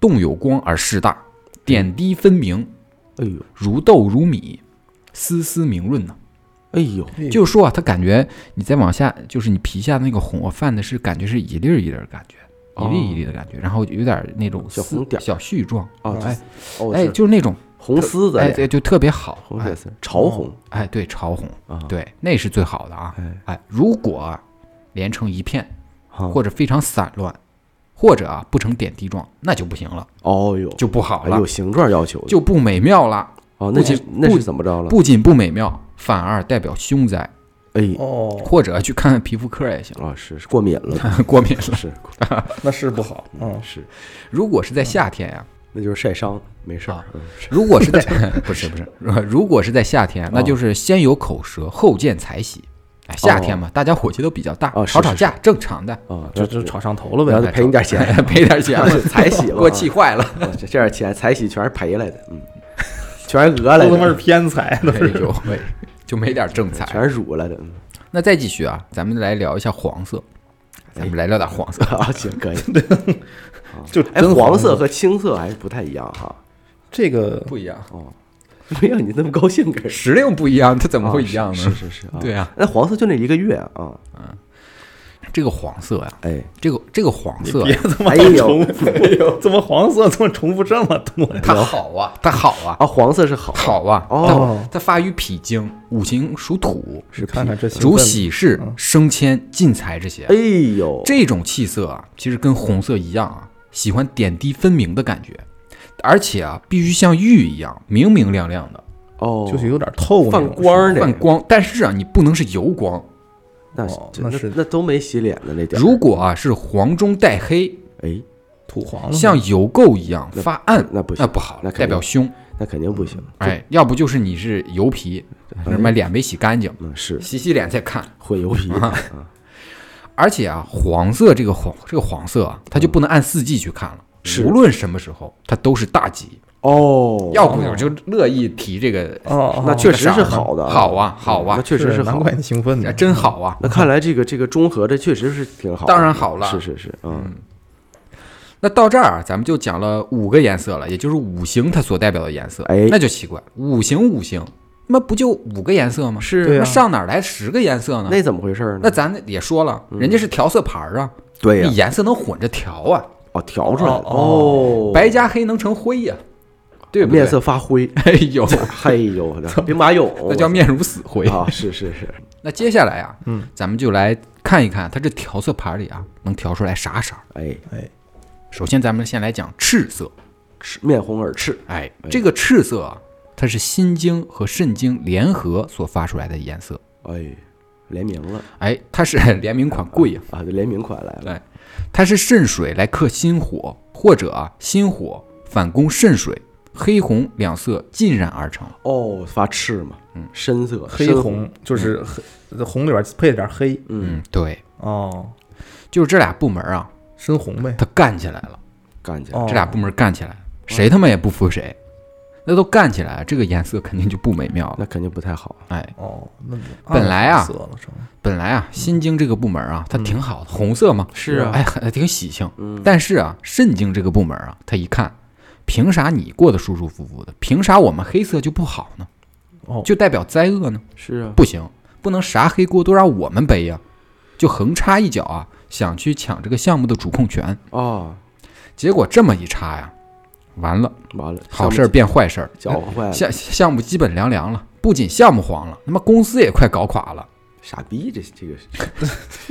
Speaker 1: 动有光而势大，点滴分明，
Speaker 2: 哎呦
Speaker 1: 如豆如米，丝丝明润呢、
Speaker 2: 哎呦，
Speaker 1: 就是说啊，它感觉你再往下，就是你皮下那个红啊，泛的是感觉是一粒儿一粒儿的感觉，一
Speaker 2: 哦
Speaker 1: 粒一粒的感觉，然后有点那种
Speaker 2: 小
Speaker 1: 丝
Speaker 2: 红点儿
Speaker 1: 小絮状，
Speaker 2: 哦
Speaker 1: 哎
Speaker 2: 哦
Speaker 1: 哎，
Speaker 2: 是
Speaker 1: 就是那种
Speaker 2: 红丝子
Speaker 1: 哎，
Speaker 2: 脸，
Speaker 1: 对，就特别好，
Speaker 2: 红
Speaker 1: 哎
Speaker 2: 色丝，潮红
Speaker 1: 哎，对，潮红，
Speaker 2: 啊，，
Speaker 1: 对，那是最好的啊，
Speaker 2: 哎，啊
Speaker 1: 哎，如果啊连成一片，
Speaker 2: 好
Speaker 1: 或者非常散乱，或者啊不成点滴状，那就不行了，
Speaker 2: 哦呦，
Speaker 1: 就不好
Speaker 2: 还
Speaker 1: 了
Speaker 2: 有，形状要求的，
Speaker 1: 就不美妙了。
Speaker 2: 哦，那
Speaker 1: 不仅
Speaker 2: 是那
Speaker 1: 不
Speaker 2: 是怎么着了？
Speaker 1: 不仅不美妙，反而代表凶灾，
Speaker 2: 哎，
Speaker 3: 哦，
Speaker 1: 或者去看看皮肤科也行， [LAUGHS]
Speaker 2: 啊是是过敏了，
Speaker 1: 过敏了。
Speaker 2: 是
Speaker 3: 那是不好，
Speaker 1: 哦
Speaker 3: 嗯，
Speaker 2: 是，
Speaker 1: 如果是
Speaker 2: 嗯
Speaker 1: 在夏天呀、
Speaker 2: 那就是晒伤，没
Speaker 1: 啊
Speaker 2: 事儿，嗯是
Speaker 1: 如果是
Speaker 2: [LAUGHS]
Speaker 1: 在不是不是，呃如果是在夏天，
Speaker 2: 哦
Speaker 1: 那就是先有口舌，后见财喜。哎，夏天嘛，大家火气都比较大，
Speaker 2: 哦是
Speaker 1: 吵吵
Speaker 2: 是
Speaker 1: 架正常的，哎
Speaker 2: 啊，
Speaker 3: 就就吵上头了
Speaker 2: 不要
Speaker 3: 呗。
Speaker 2: 再赔你点钱，
Speaker 1: [LAUGHS] 赔点钱嘛 [LAUGHS]
Speaker 2: 财 [LAUGHS] 喜了啊
Speaker 1: 给我气坏了。
Speaker 2: 哦这这点钱彩喜全是赔来的，嗯，全是讹来
Speaker 3: 都他妈是
Speaker 2: 的，
Speaker 3: 偏 [LAUGHS] 财的，
Speaker 1: 哎呦喂， [LAUGHS] 就没点正财。
Speaker 2: 全是辱来的，嗯
Speaker 1: 那再继续啊，咱们来聊一下黄色，咱们来聊点
Speaker 2: [LAUGHS]
Speaker 1: 黄色。
Speaker 2: 啊行可以，
Speaker 3: 就
Speaker 2: 哎，
Speaker 3: 真
Speaker 2: 黄色和青色还是不太一样哈。
Speaker 3: 这 [LAUGHS] 个
Speaker 1: 不一样，
Speaker 2: 没有你那么高兴干什
Speaker 1: 时令 [LAUGHS] 不一样，它怎
Speaker 2: 么
Speaker 1: 么会一样呢？
Speaker 2: 哦是是是是，啊
Speaker 1: 对啊，
Speaker 2: 那黄色就那一个月啊，
Speaker 1: 这个黄色呀、
Speaker 2: 哎，
Speaker 1: 这个这个黄色
Speaker 3: 别
Speaker 1: 呀、
Speaker 3: 他妈
Speaker 2: 哎呦
Speaker 3: [LAUGHS] 重复，怎么黄色怎么重复这么多？
Speaker 1: 它好啊，它好啊，
Speaker 2: 啊，黄色是好，
Speaker 1: 好啊，
Speaker 2: 哦
Speaker 3: [LAUGHS]
Speaker 1: 它它发于脾经，五行属土，
Speaker 3: 是看看这
Speaker 1: 主
Speaker 3: 喜
Speaker 1: 喜事、升迁、进财这些。
Speaker 2: 哎呦，
Speaker 1: 这种气色啊，其实跟红色一样啊，喜欢点滴分明的感觉，而且啊，必须像玉一样明明亮亮的
Speaker 2: 哦，
Speaker 3: 就是有点透那
Speaker 2: 泛
Speaker 3: 种
Speaker 2: 光儿的，
Speaker 1: 泛光，但是啊，你不能是油光。
Speaker 2: 那
Speaker 3: 哦
Speaker 2: 是
Speaker 3: 那
Speaker 2: 那
Speaker 3: 是
Speaker 2: 那都没洗脸的那点儿，
Speaker 1: 如果啊是黄中带黑，
Speaker 2: 哎，
Speaker 3: 土黄了，
Speaker 1: 像油垢一样
Speaker 2: 那
Speaker 1: 发暗，
Speaker 2: 那不行
Speaker 1: 那不好，
Speaker 2: 那肯
Speaker 1: 代
Speaker 2: 定
Speaker 1: 表凶。
Speaker 2: 那肯定不行，
Speaker 1: 哎，要不就是你是油皮，什么脸没洗干净，
Speaker 2: 嗯是
Speaker 1: 洗洗脸再看。
Speaker 2: 混油皮
Speaker 1: 啊
Speaker 2: 啊，
Speaker 1: 而且啊，黄色这个黄这个黄色啊，它就不能按四季去看了，
Speaker 2: 嗯是
Speaker 1: 无论什么时候它都是大吉。
Speaker 2: 哦，
Speaker 1: 要不我就乐意提这个，
Speaker 3: 哦
Speaker 2: 那确实是
Speaker 1: 那
Speaker 2: 好的，
Speaker 1: 好啊好啊
Speaker 2: 那确实
Speaker 3: 是
Speaker 2: 好
Speaker 3: 难。怪你兴奋
Speaker 2: 嗯
Speaker 3: 呢
Speaker 1: 哎。真好啊！
Speaker 2: [LAUGHS] 那看来这个这个中和的确实是挺好的，
Speaker 1: 当然好了
Speaker 2: 是是是，嗯，
Speaker 1: 那到这儿咱们就讲了五个颜色了，也就是五行它所代表的颜色。
Speaker 2: 哎
Speaker 1: 那就奇怪，五行五行，那不就五个颜色吗？
Speaker 2: 是
Speaker 3: 对
Speaker 1: 那
Speaker 3: 啊
Speaker 1: 上哪儿来十个颜色呢？
Speaker 2: 那怎么回事呢？
Speaker 1: 那咱也说了，人家是调色盘儿啊，
Speaker 2: 对呀
Speaker 1: 你，颜色能混着调啊，
Speaker 2: 哦，调出来了
Speaker 3: 哦
Speaker 2: 哦，
Speaker 1: 白加黑能成灰呀、对不对？
Speaker 2: 面色发灰， [LAUGHS]
Speaker 1: 哎呦，
Speaker 2: 嘿呦，那兵马俑，
Speaker 1: [LAUGHS] 那叫面如死灰。
Speaker 2: 啊，是是是，
Speaker 1: 那接下来啊，
Speaker 3: 嗯，
Speaker 1: 咱们就来看一看它这调色盘里啊，能调出来啥色儿。
Speaker 2: 哎，
Speaker 3: 哎，
Speaker 1: 首先，咱们先来讲赤色。
Speaker 2: 赤面红耳赤，
Speaker 1: 哎，这个赤色啊，它是心经和肾经联合所发出来的颜色。
Speaker 2: 哎，联名了
Speaker 1: 哎，它是 [LAUGHS] 联名款贵呀、
Speaker 2: 啊，这联名款来了，
Speaker 1: 对，它是肾水来克心火，或者啊心火反攻肾水，黑红两色浸染而成。
Speaker 2: 哦，发赤嘛，嗯，深色，
Speaker 3: 黑
Speaker 2: 深，
Speaker 3: 红嗯就是黑红里边配了点黑
Speaker 2: 嗯，
Speaker 1: 嗯，对，
Speaker 3: 哦，
Speaker 1: 就是这俩部门啊，
Speaker 3: 深红呗。
Speaker 1: 它干起来了，
Speaker 2: 干起来，
Speaker 3: 哦，
Speaker 1: 这俩部门干起来了，谁他妈也不服谁，那都干起来了，这个颜色肯定就不美妙了。
Speaker 2: 那肯定不太好，
Speaker 1: 哎，
Speaker 3: 哦，那
Speaker 1: 本来啊
Speaker 3: 暗色了成
Speaker 1: 本来啊，心经这个部门啊，它挺好的，红色嘛，
Speaker 2: 是啊
Speaker 1: 哎，还挺喜庆。
Speaker 2: 嗯，
Speaker 1: 但是啊，肾经这个部门啊，他一看，凭啥你过得舒舒服服的，凭啥我们黑色就不好呢？
Speaker 3: 哦
Speaker 1: 就代表灾厄呢？
Speaker 2: 是啊，
Speaker 1: 不行，不能啥黑锅都让我们背呀、就横插一脚啊，想去抢这个项目的主控权。
Speaker 2: 哦，
Speaker 1: 结果这么一插呀，完了，
Speaker 2: 完了，
Speaker 1: 好事儿变坏事儿，
Speaker 2: 搅和坏了，
Speaker 1: 项项目基本凉凉了。不仅项目黄了，他妈公司也快搞垮了。
Speaker 2: 傻逼，这这个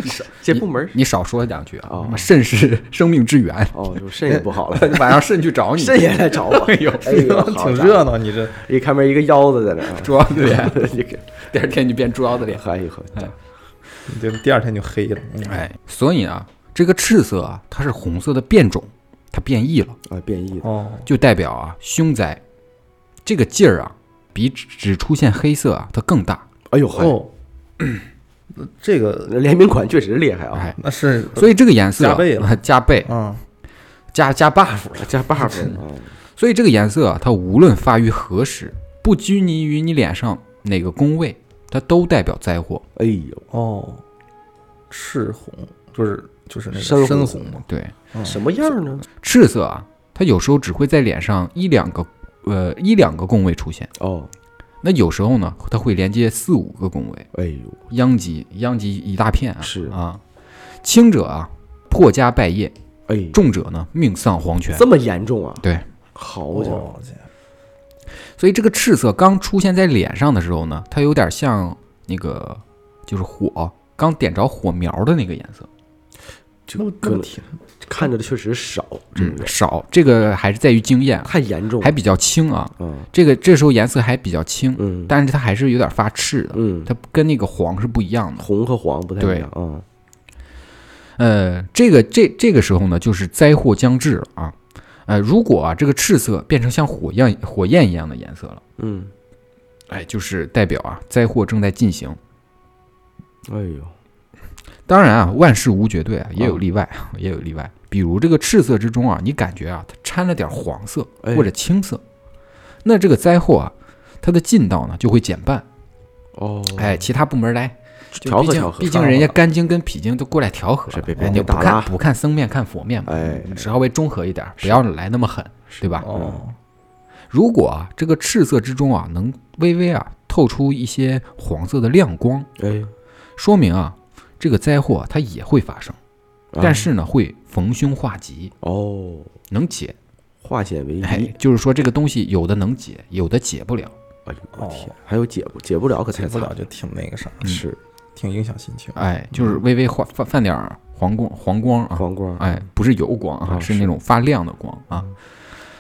Speaker 2: 是这部门儿
Speaker 1: 你少说两句啊！
Speaker 2: 哦
Speaker 1: 他妈肾是生命之源，
Speaker 2: 哦，就肾也不好了，
Speaker 1: 晚上 [LAUGHS] 肾去找
Speaker 2: [LAUGHS]
Speaker 1: 你，
Speaker 2: 肾也来找我，哎呦，哎
Speaker 3: [LAUGHS]
Speaker 2: 呦，
Speaker 3: 挺热闹，你这
Speaker 2: 一开门一个腰子在那儿，啊
Speaker 1: 猪腰子脸，
Speaker 2: 你给
Speaker 1: 第二天就变猪腰子脸。
Speaker 2: 嗨一回，
Speaker 3: 你这第二天就黑了。嗯
Speaker 1: 哎，所以啊，这个赤色啊，它是红色的变种，它变异了，
Speaker 2: 啊，变异了，
Speaker 3: 哦，
Speaker 1: 就代表啊凶灾。这个劲儿啊，比只只出现黑色啊，它更大。
Speaker 2: 哎呦，嘿
Speaker 3: 哦，那这个
Speaker 2: 联名款确实厉害啊，
Speaker 1: 哎，
Speaker 3: 那是
Speaker 1: 所以这个颜色啊
Speaker 3: 哦加倍了，
Speaker 1: 加倍
Speaker 3: 啊，
Speaker 1: 加加 buff 了。
Speaker 2: 加 buff 啊，
Speaker 1: 所以这个颜色啊，它无论发于何时，不拘泥于你脸上哪个宫位，它都代表灾祸。
Speaker 2: 哎呦，
Speaker 3: 哦，赤红就是就是那
Speaker 2: 深
Speaker 3: 个
Speaker 2: 红
Speaker 3: 深红嘛，
Speaker 1: 对，
Speaker 3: 嗯
Speaker 2: 什么样呢？
Speaker 1: 赤色啊，它有时候只会在脸上一两个呃一两个宫位出现，
Speaker 2: 哦，
Speaker 1: 那有时候呢，它会连接四五个宫位。
Speaker 2: 哎呦，
Speaker 1: 殃及殃及一大片啊！
Speaker 2: 是
Speaker 1: 啊，轻者啊破家败业，
Speaker 2: 哎呦，
Speaker 1: 重者呢命丧黄泉。
Speaker 2: 这么严重啊？
Speaker 1: 对，
Speaker 2: 好家伙，
Speaker 3: 哦我去，
Speaker 1: 所以这个赤色刚出现在脸上的时候呢，它有点像那个就是火刚点着火苗的那个颜色，
Speaker 2: 就
Speaker 3: 那我
Speaker 2: 可
Speaker 3: 那
Speaker 2: 能
Speaker 3: 我天，
Speaker 2: 看着的确实少，这
Speaker 1: 嗯
Speaker 2: 个，
Speaker 1: 少这个还是在于经验啊，
Speaker 2: 太严重了
Speaker 1: 还，比较轻啊。
Speaker 2: 嗯
Speaker 1: 这个这时候颜色还比较轻，
Speaker 2: 嗯
Speaker 1: 但是它还是有点发赤的，
Speaker 2: 嗯，
Speaker 1: 它跟那个黄是不一样的。
Speaker 2: 红和黄不太一样啊，
Speaker 1: 呃，这个这这个时候呢，就是灾祸将至了啊。呃，如果啊这个赤色变成像火焰火焰一样的颜色了，
Speaker 2: 嗯，
Speaker 1: 哎，就是代表啊灾祸正在进行。
Speaker 2: 哎呦，
Speaker 1: 当然啊，万事无绝对啊，也
Speaker 2: 嗯
Speaker 1: 有例外， [LAUGHS] 啊、也有例外。比如这个赤色之中啊，你感觉啊它掺了点黄色
Speaker 2: 哎
Speaker 1: 或者青色，那这个灾祸啊，它的劲道呢就会减半。
Speaker 2: 哦，
Speaker 1: 哎，其他部门来就
Speaker 2: 调和
Speaker 1: 毕竟
Speaker 2: 调和
Speaker 1: 毕竟人家干经跟脾经都过来调和
Speaker 2: 是
Speaker 1: 了，
Speaker 2: 别别
Speaker 1: 人家
Speaker 2: 别
Speaker 1: 不
Speaker 2: 打
Speaker 1: 看
Speaker 2: 了啊
Speaker 1: 不看僧面看佛面嘛，
Speaker 2: 哎
Speaker 1: 稍微中和一点，不要来那么狠，对吧？
Speaker 3: 哦，
Speaker 1: 如果啊这个赤色之中啊能微微啊透出一些黄色的亮光，
Speaker 2: 哎，
Speaker 1: 说明啊这个灾祸啊它也会发生，
Speaker 2: 啊
Speaker 1: 但是呢会逢凶化吉，
Speaker 2: 哦，
Speaker 1: 能解。
Speaker 2: 化险为夷，
Speaker 1: 哎
Speaker 2: 哎，
Speaker 1: 就是说这个东西有的能解，有的解不了。
Speaker 2: 呦我
Speaker 3: 哦
Speaker 2: 天，还有解不解不了可
Speaker 3: 解
Speaker 2: 太
Speaker 3: 不
Speaker 2: 惨
Speaker 3: 了就挺嗯那个啥，
Speaker 2: 是
Speaker 1: 嗯
Speaker 3: 挺影响心情。
Speaker 1: 哎，就是微微化泛泛点儿黄光黄光啊，
Speaker 2: 嗯黄光，
Speaker 1: 哎，不是油光啊，
Speaker 2: 啊
Speaker 1: 是
Speaker 2: 是嗯
Speaker 1: 那种发亮的光啊。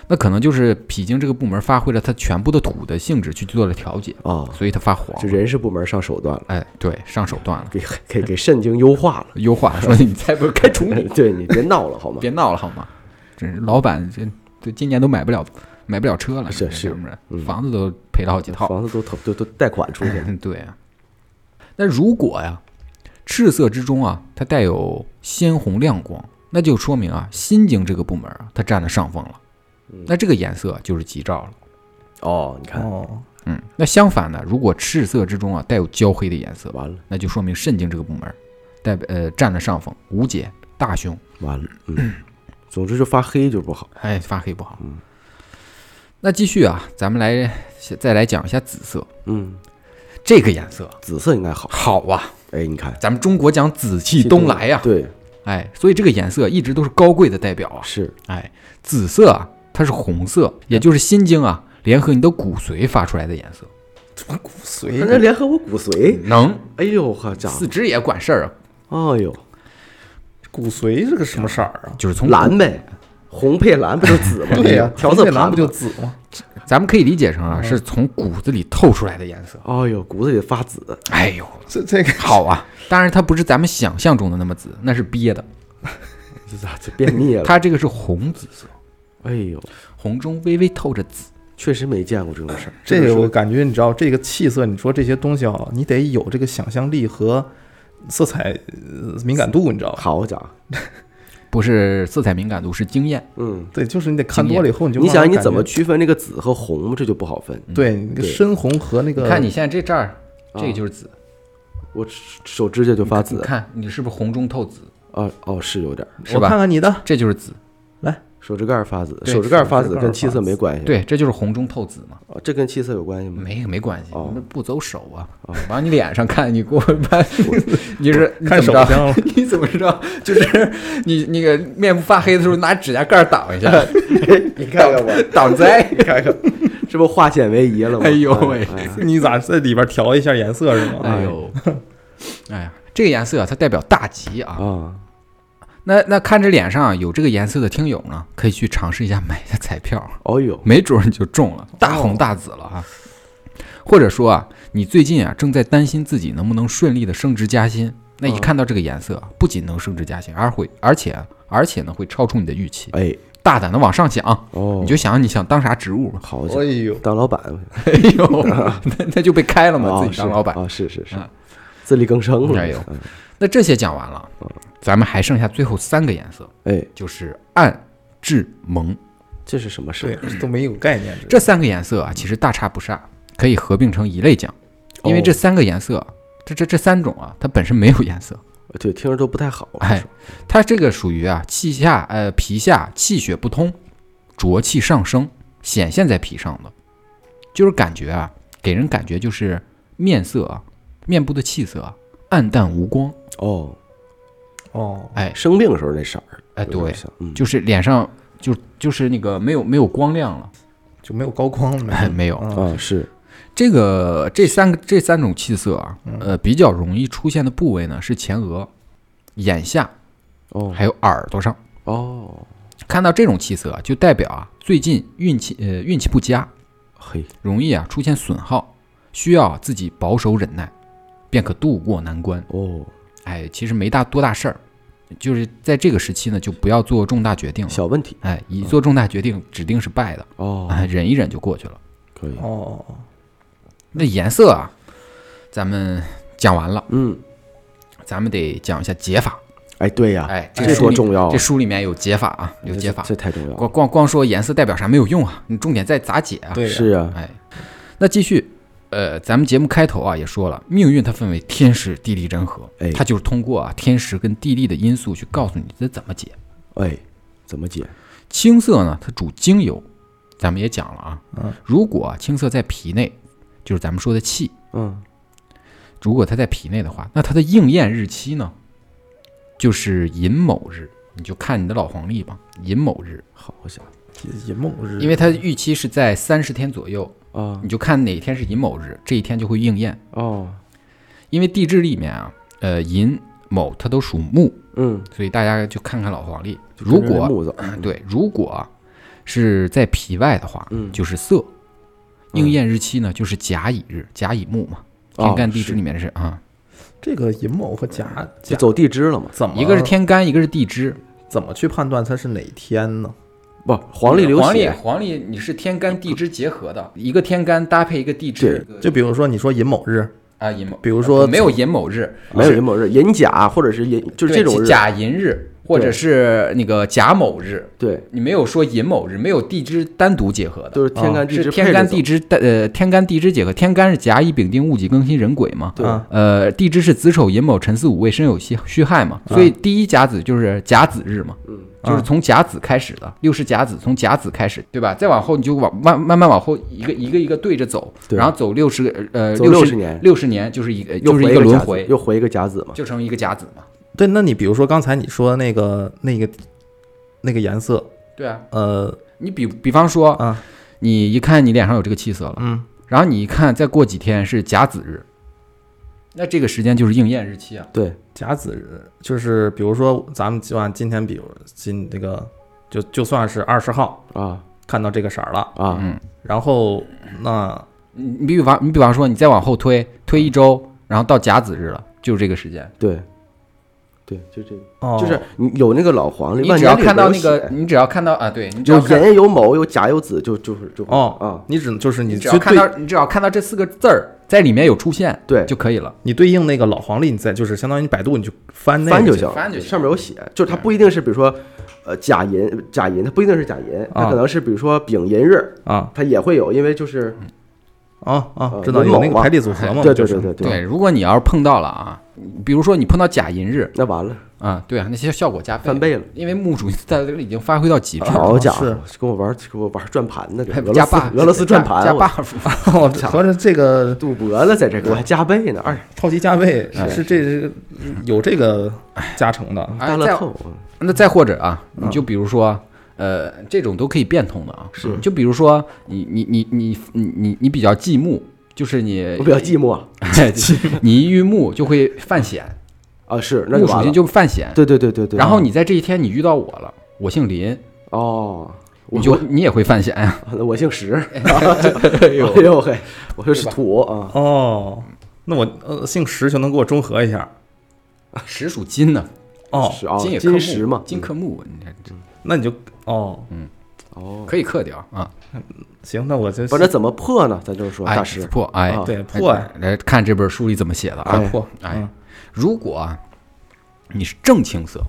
Speaker 1: 那可能就是脾经这个部门发挥了它全部的土的性质去做了调节，
Speaker 2: 啊，
Speaker 1: 所以它发黄
Speaker 2: 就。人事部门上手段了，
Speaker 1: 哎，对，上手段 [LAUGHS] 了，
Speaker 2: 给给给肾经优化
Speaker 1: [LAUGHS]
Speaker 2: 了，
Speaker 1: 优化说你再不开除 [LAUGHS] 你，
Speaker 2: 对你别闹了好吗？
Speaker 1: 别闹了好吗？真是老板这这今年都买不了买不了车了，
Speaker 2: 是
Speaker 1: 你
Speaker 2: 是
Speaker 1: 看不是
Speaker 2: 嗯
Speaker 1: 房子都赔了好几套。嗯 [LAUGHS] 啊
Speaker 2: 房子都投都都贷款出去了，
Speaker 1: 对呀、那如果呀，赤色之中啊，它带有鲜红亮光，那就说明啊，心经这个部门啊，它占了上风了。那这个颜色就是吉兆了。
Speaker 2: 哦，你看，
Speaker 3: 哦，
Speaker 1: 嗯，那相反呢，如果赤色之中啊带有焦黑的颜色，
Speaker 2: 完了
Speaker 1: 那就说明肾经这个部门代呃占了上风，无解大凶。
Speaker 2: 完了，嗯，总之就发黑就不好。
Speaker 1: 哎，发黑不好。
Speaker 2: 嗯
Speaker 1: 那继续啊，咱们来再来讲一下紫色，
Speaker 2: 嗯，
Speaker 1: 这个颜色
Speaker 2: 紫色应该好。
Speaker 1: 好啊，
Speaker 2: 哎，你看，
Speaker 1: 咱们中国讲紫气东来呀、
Speaker 2: 对，
Speaker 1: 哎，所以这个颜色一直都是高贵的代表啊。
Speaker 2: 是
Speaker 1: 哎，紫色啊，它是红色，也就是心经啊联合你的骨髓发出来的颜色，
Speaker 3: 骨
Speaker 2: 那这
Speaker 3: 髓
Speaker 2: 联合我骨髓，
Speaker 1: 能
Speaker 2: 哎呦，好家伙
Speaker 1: 哎嗯四，肢也管事儿啊，
Speaker 2: 哎呦，
Speaker 3: 骨髓是个什么色儿啊？
Speaker 1: 就是从骨
Speaker 2: 蓝呗，红配蓝不就紫吗？
Speaker 3: [LAUGHS] 对呀，
Speaker 2: 调
Speaker 3: 嗯哎调
Speaker 2: 色
Speaker 3: 色
Speaker 2: 盘
Speaker 3: 盘不就？紫吗？
Speaker 1: 咱们可以理解成啊，是从骨子里透出来的颜色。
Speaker 2: 哎呦，骨子里发紫，
Speaker 1: 哎呦，
Speaker 3: 这这个
Speaker 1: 好啊！当然它不是咱们想象中的那么紫，那是憋的。
Speaker 2: 这咋这便秘了？
Speaker 1: 它这个是红紫色，
Speaker 2: 哎呦，
Speaker 1: 红中微微透着紫。
Speaker 2: 确实没见过这种事儿。
Speaker 3: [LAUGHS] 这个我
Speaker 2: 个
Speaker 3: 感觉，你知道这个气色，你说这些东西啊，你得有这个想象力和色彩呃敏感度，你知道吧？
Speaker 2: 好家伙，
Speaker 1: 不是色彩敏感度，是经验。
Speaker 2: 嗯，
Speaker 3: 对，就是你得看多了以后，你就
Speaker 2: 你
Speaker 3: 慢慢
Speaker 2: 想你
Speaker 3: 感
Speaker 2: 怎么
Speaker 3: 觉
Speaker 2: 区分这个紫和红，这就不好分。
Speaker 3: 嗯对那个
Speaker 2: 对
Speaker 3: 深红和那个
Speaker 1: 看你现在这这儿，
Speaker 2: 啊
Speaker 1: 这个就是紫。
Speaker 2: 我手指甲就发紫
Speaker 1: 你
Speaker 2: 啊
Speaker 1: 看你是不是红中透紫？，
Speaker 2: 哦哦，是有点儿，
Speaker 1: 是
Speaker 3: 我
Speaker 1: 吧
Speaker 3: 看看你的，
Speaker 1: 这就是紫，
Speaker 2: 手指盖儿发紫，
Speaker 1: 对
Speaker 2: 手指盖儿发紫
Speaker 3: 手指盖儿
Speaker 2: 跟气色
Speaker 3: 发紫
Speaker 2: 没关系。，
Speaker 1: 对，这就是红中透紫嘛。
Speaker 2: 哦，这跟气色有关系吗？
Speaker 1: 没没关系，
Speaker 2: 哦
Speaker 1: 那不走手啊，往你脸上看，你给我把，你是你
Speaker 3: 看
Speaker 1: 怎么着？
Speaker 3: 手相了。
Speaker 1: [LAUGHS] 你怎么知道？就是你那个面部发黑的时候，拿指甲盖儿挡一下，
Speaker 2: 你看看我，
Speaker 1: 挡灾。
Speaker 2: [LAUGHS] 看看，这不化险为夷了吗？
Speaker 1: 哎呦喂
Speaker 2: 哎哎
Speaker 3: [LAUGHS] 你咋在里边调一下颜色是吗？
Speaker 1: 哎呦，哎呀，这个颜色啊它代表大吉啊。
Speaker 2: 啊，
Speaker 1: 那那看着脸上啊有这个颜色的听友呢，可以去尝试一下买一下彩票，
Speaker 2: 哦呦，
Speaker 1: 没准儿你就中
Speaker 2: 哦
Speaker 1: 了，大红大紫了啊。或者说啊，你最近啊正在担心自己能不能顺利的升职加薪，那一
Speaker 2: 嗯
Speaker 1: 看到这个颜色啊，不仅能升职加薪，而会而且啊而且呢会超出你的预期，
Speaker 2: 哎
Speaker 1: 大胆的往上想，
Speaker 2: 哦，，
Speaker 1: 你就想你想当啥职务吧
Speaker 2: [LAUGHS] 好家
Speaker 3: 哎
Speaker 2: 伙，
Speaker 3: 呦，
Speaker 2: 当老板
Speaker 1: 哎
Speaker 2: [LAUGHS]
Speaker 1: 呦，那那就被开了嘛，
Speaker 2: 啊
Speaker 1: 自己当
Speaker 2: 是
Speaker 1: 老板。
Speaker 2: 啊，是是是
Speaker 1: 嗯，
Speaker 2: 自力更生了。
Speaker 1: 哎呦
Speaker 2: 嗯，
Speaker 1: 那这些讲完了，咱们还剩下最后三个颜色，
Speaker 2: 哎，
Speaker 1: 就是暗、质、蒙。
Speaker 2: 这是什么事
Speaker 3: 对
Speaker 2: 儿？，
Speaker 3: 都没有概念。
Speaker 1: 这三个颜色啊，其实大差不差，可以合并成一类讲，因
Speaker 2: 哦
Speaker 1: 为这三个颜色，这这这三种啊，它本身没有颜色，
Speaker 2: 对，听着都不太好。啊
Speaker 1: 哎，它这个属于啊气下呃皮下气血不通，浊气上升，显现在皮上的，就是感觉啊，给人感觉就是面色啊，面部的气色啊暗淡无光，
Speaker 2: 哦，
Speaker 3: 哦，
Speaker 1: 哎
Speaker 2: 生病时候那色儿，
Speaker 1: 哎
Speaker 2: 有点
Speaker 1: 对，
Speaker 2: 像，嗯，
Speaker 1: 就是脸上就就是那个没有没有光亮了，
Speaker 3: 就没有高光了。
Speaker 1: 哎没有，
Speaker 3: 嗯
Speaker 2: 啊是
Speaker 1: 这个这三个这三种气色啊，
Speaker 2: 嗯
Speaker 1: 呃，比较容易出现的部位呢是前额、眼下，
Speaker 2: 哦
Speaker 1: 还有耳朵上。
Speaker 2: 哦，
Speaker 1: 看到这种气色啊，就代表啊最近运气呃运气不佳，
Speaker 2: 嘿，
Speaker 1: 容易啊出现损耗，需要啊自己保守忍耐，便可渡过难关。
Speaker 2: 哦，
Speaker 1: 哎，其实没大多大事儿，就是在这个时期呢，就不要做重大决定了。
Speaker 2: 小问题
Speaker 1: 哎，一做重大决定，指定是败的，
Speaker 2: 哦，
Speaker 1: 哎，忍一忍就过去了。
Speaker 2: 可以，
Speaker 3: 哦，
Speaker 1: 啊那颜色啊，咱们讲完了，
Speaker 2: 嗯，
Speaker 1: 咱们得讲一下解法。
Speaker 2: 哎对呀，
Speaker 1: 哎，
Speaker 2: 这
Speaker 1: 个
Speaker 2: 多
Speaker 1: 书里
Speaker 2: 重要啊
Speaker 1: 这书里面有解法啊，有解法。
Speaker 2: 这这太重要了，
Speaker 1: 光光光说颜色代表啥没有用啊，你重点在咋解啊？
Speaker 3: 对，
Speaker 2: 是啊，
Speaker 1: 哎，那继续，呃，咱们节目开头啊也说了，命运它分为天时、地利、人和，
Speaker 2: 哎
Speaker 1: 它就是通过啊天时跟地利的因素去告诉你这怎么解。
Speaker 2: 哎，怎么解？
Speaker 1: 青色呢，它主精油，咱们也讲了啊，
Speaker 3: 嗯
Speaker 1: 如果啊青色在脾内，就是咱们说的气，
Speaker 2: 嗯，
Speaker 1: 如果它在脾内的话，那它的应验日期呢，就是寅卯日，你就看你的老黄历吧，寅卯日。
Speaker 2: 好家伙
Speaker 3: 寅卯日，
Speaker 1: 因为它预期是在三十天左右，
Speaker 2: 啊
Speaker 1: 你就看哪天是寅卯日，这一天就会应验。
Speaker 2: 哦，
Speaker 1: 因为地支里面啊，呃，寅卯它都属木，
Speaker 2: 嗯，
Speaker 1: 所以大家就看看老黄历。
Speaker 2: 就
Speaker 1: 如
Speaker 2: 跟着那
Speaker 1: 果
Speaker 2: 木子，
Speaker 1: 对，如果啊是在皮外的话，
Speaker 2: 嗯
Speaker 1: 就是色。
Speaker 2: 嗯
Speaker 1: 应验日期呢，就是甲乙日，甲乙木嘛。
Speaker 2: 哦
Speaker 1: 天干地
Speaker 2: 是
Speaker 1: 支里面是啊，
Speaker 3: 这个寅卯和甲
Speaker 2: 就
Speaker 3: 甲
Speaker 2: 走地支了嘛？
Speaker 3: 怎么
Speaker 1: 一个是天干，一个是地支。
Speaker 3: 怎么去判断它是哪天呢？
Speaker 2: 不，黄历流
Speaker 1: 黄历
Speaker 2: 血，
Speaker 1: 黄历你是天干地支结合的，一个天干搭配一个地支，
Speaker 3: 就比如说你说寅卯日，
Speaker 1: 啊，寅卯，
Speaker 3: 比如说
Speaker 1: 没有寅卯日，
Speaker 2: 没有寅卯日，寅甲或者是寅，就是
Speaker 1: 对
Speaker 2: 这种日，
Speaker 1: 甲寅日或者
Speaker 2: 对
Speaker 1: 是那个甲卯日，
Speaker 2: 对，
Speaker 1: 你没有说寅卯日，没有地支单独结合的，
Speaker 2: 都是天干地
Speaker 1: 哦是
Speaker 2: 支
Speaker 1: 天
Speaker 2: 配着
Speaker 1: 干
Speaker 2: 走
Speaker 1: 地支单呃天干地支结合，天干是甲乙丙丁戊己庚辛壬癸嘛，
Speaker 2: 对
Speaker 3: 啊
Speaker 1: 呃地支是子丑寅卯辰巳午未申酉戌戌亥嘛，所以第一甲子就是甲子日嘛，
Speaker 2: 啊嗯
Speaker 1: 就是从甲子开始的，六是甲子，从甲子开始，对吧？再往后你就往慢慢慢往后一个一个一个对着走，
Speaker 2: 对
Speaker 1: 然后走六十呃
Speaker 2: 走
Speaker 1: 六
Speaker 2: 60年
Speaker 1: 六十年就是一个
Speaker 2: 又
Speaker 1: 就是
Speaker 2: 回
Speaker 1: 个轮
Speaker 2: 甲子
Speaker 1: 回，
Speaker 2: 又回一个甲子嘛，
Speaker 1: 就成一个甲子嘛，
Speaker 3: 对，那你比如说刚才你说那个那个那个颜色，
Speaker 1: 对啊，
Speaker 3: 呃
Speaker 1: 你比比方说
Speaker 3: 啊，
Speaker 1: 你一看你脸上有这个气色了，
Speaker 3: 嗯，
Speaker 1: 然后你一看再过几天是甲子日，那这个时间就是应验日期啊。
Speaker 2: 对，
Speaker 3: 甲子日就是比如说咱们就按今天，比如今这个就就算是二十号
Speaker 2: 啊
Speaker 3: 看到这个色儿了，
Speaker 2: 啊，
Speaker 1: 嗯，
Speaker 3: 然后那
Speaker 1: 你你比方你比方说你再往后推推一周，然后到甲子日了，就是这个时间。
Speaker 2: 对，对，就这个，
Speaker 3: 哦
Speaker 2: 就是你有那个老黄历，
Speaker 1: 你
Speaker 2: 万
Speaker 1: 只
Speaker 2: 年
Speaker 1: 要
Speaker 2: 历
Speaker 1: 看到
Speaker 2: 有
Speaker 1: 那个，
Speaker 2: 写
Speaker 1: 你只要看到啊，对你只
Speaker 2: 有
Speaker 1: 要看，
Speaker 2: 寅有卯有甲有子，就就是就
Speaker 3: 哦
Speaker 2: 啊，
Speaker 3: 你只就是你
Speaker 1: 你只
Speaker 3: 就
Speaker 1: 要看到
Speaker 3: 对
Speaker 1: 你只要看到这四个字儿在里面有出现，
Speaker 2: 对
Speaker 1: 就可以了。
Speaker 3: 你对应那个老黄历，你在就是相当于你百度你就翻那个
Speaker 2: 翻就
Speaker 3: 去
Speaker 2: 行，
Speaker 1: 翻就行嗯
Speaker 2: 上面有写，就是它不一定是比如说，呃，甲寅甲寅，它不一定是甲寅，它
Speaker 3: 啊
Speaker 2: 可能是比如说丙寅日，
Speaker 3: 啊
Speaker 2: 它也会有，因为就是
Speaker 1: 嗯
Speaker 3: 啊啊，
Speaker 2: 呃
Speaker 3: 知道
Speaker 2: 文
Speaker 3: 有
Speaker 2: 某
Speaker 3: 那个
Speaker 2: 嘛
Speaker 3: 排列组合嘛，
Speaker 2: 对
Speaker 3: 就
Speaker 2: 对
Speaker 3: 是
Speaker 2: 对对，
Speaker 1: 对，如果你要是碰到了啊，比如说你碰到甲寅日
Speaker 2: 那完了
Speaker 1: 啊，对啊，那些效果加倍
Speaker 2: 翻倍了，
Speaker 1: 因为墓主在这里已经发挥到极致了。
Speaker 2: 好家伙
Speaker 3: 是，
Speaker 2: 跟我玩跟我玩转盘呢，跟
Speaker 1: 还
Speaker 2: 俄
Speaker 1: 哎加
Speaker 2: 罗斯
Speaker 1: buff，
Speaker 2: 俄罗斯转
Speaker 1: 加
Speaker 2: 盘，我
Speaker 1: buff，
Speaker 3: [LAUGHS] 哦，这合着这个
Speaker 2: 赌博了，在这个我还加倍呢，哎二
Speaker 3: 超级加倍
Speaker 2: 是
Speaker 3: 啊是这是有这个加成的
Speaker 1: 哎
Speaker 2: 大乐
Speaker 1: 再
Speaker 2: 透，啊
Speaker 1: 那再或者啊，你
Speaker 3: 嗯
Speaker 1: 就比如说，呃，这种都可以变通的啊。
Speaker 2: 是
Speaker 1: 就比如说你你你你你你你比较忌木，就是你
Speaker 2: 我比较寂寞啊
Speaker 1: 你一遇木就会犯险，
Speaker 2: 啊，是 [LAUGHS] 那
Speaker 1: 木
Speaker 2: 就
Speaker 1: 属
Speaker 2: 完
Speaker 1: 性
Speaker 2: 了，
Speaker 1: 就犯险。
Speaker 2: 对对对对对，
Speaker 1: 然后你在这一天你遇到我了，我姓林，
Speaker 2: 哦，我
Speaker 1: 你就你也会犯险啊
Speaker 2: [LAUGHS]
Speaker 1: 呀。
Speaker 2: 我我姓石，哎呦嘿，我就是土啊，
Speaker 3: [LAUGHS] 哦。那我呃姓石就能给我中和一下
Speaker 1: 石属金呢，
Speaker 3: 哦，
Speaker 2: 石啊，
Speaker 1: 金也克木
Speaker 2: 金石嘛，嗯
Speaker 1: 金克木，你看这
Speaker 3: 那你就哦
Speaker 2: 哦，
Speaker 1: 可以克掉啊。
Speaker 3: 行，那我就
Speaker 2: 不是怎么破呢？咱就是说
Speaker 1: 哎
Speaker 2: 大师，
Speaker 1: 破哎
Speaker 2: 啊
Speaker 3: 对破呀
Speaker 1: 哎来看这本书里怎么写的啊
Speaker 2: 哎。
Speaker 3: 破
Speaker 1: 哎
Speaker 3: 嗯，
Speaker 1: 如果啊你是正青色。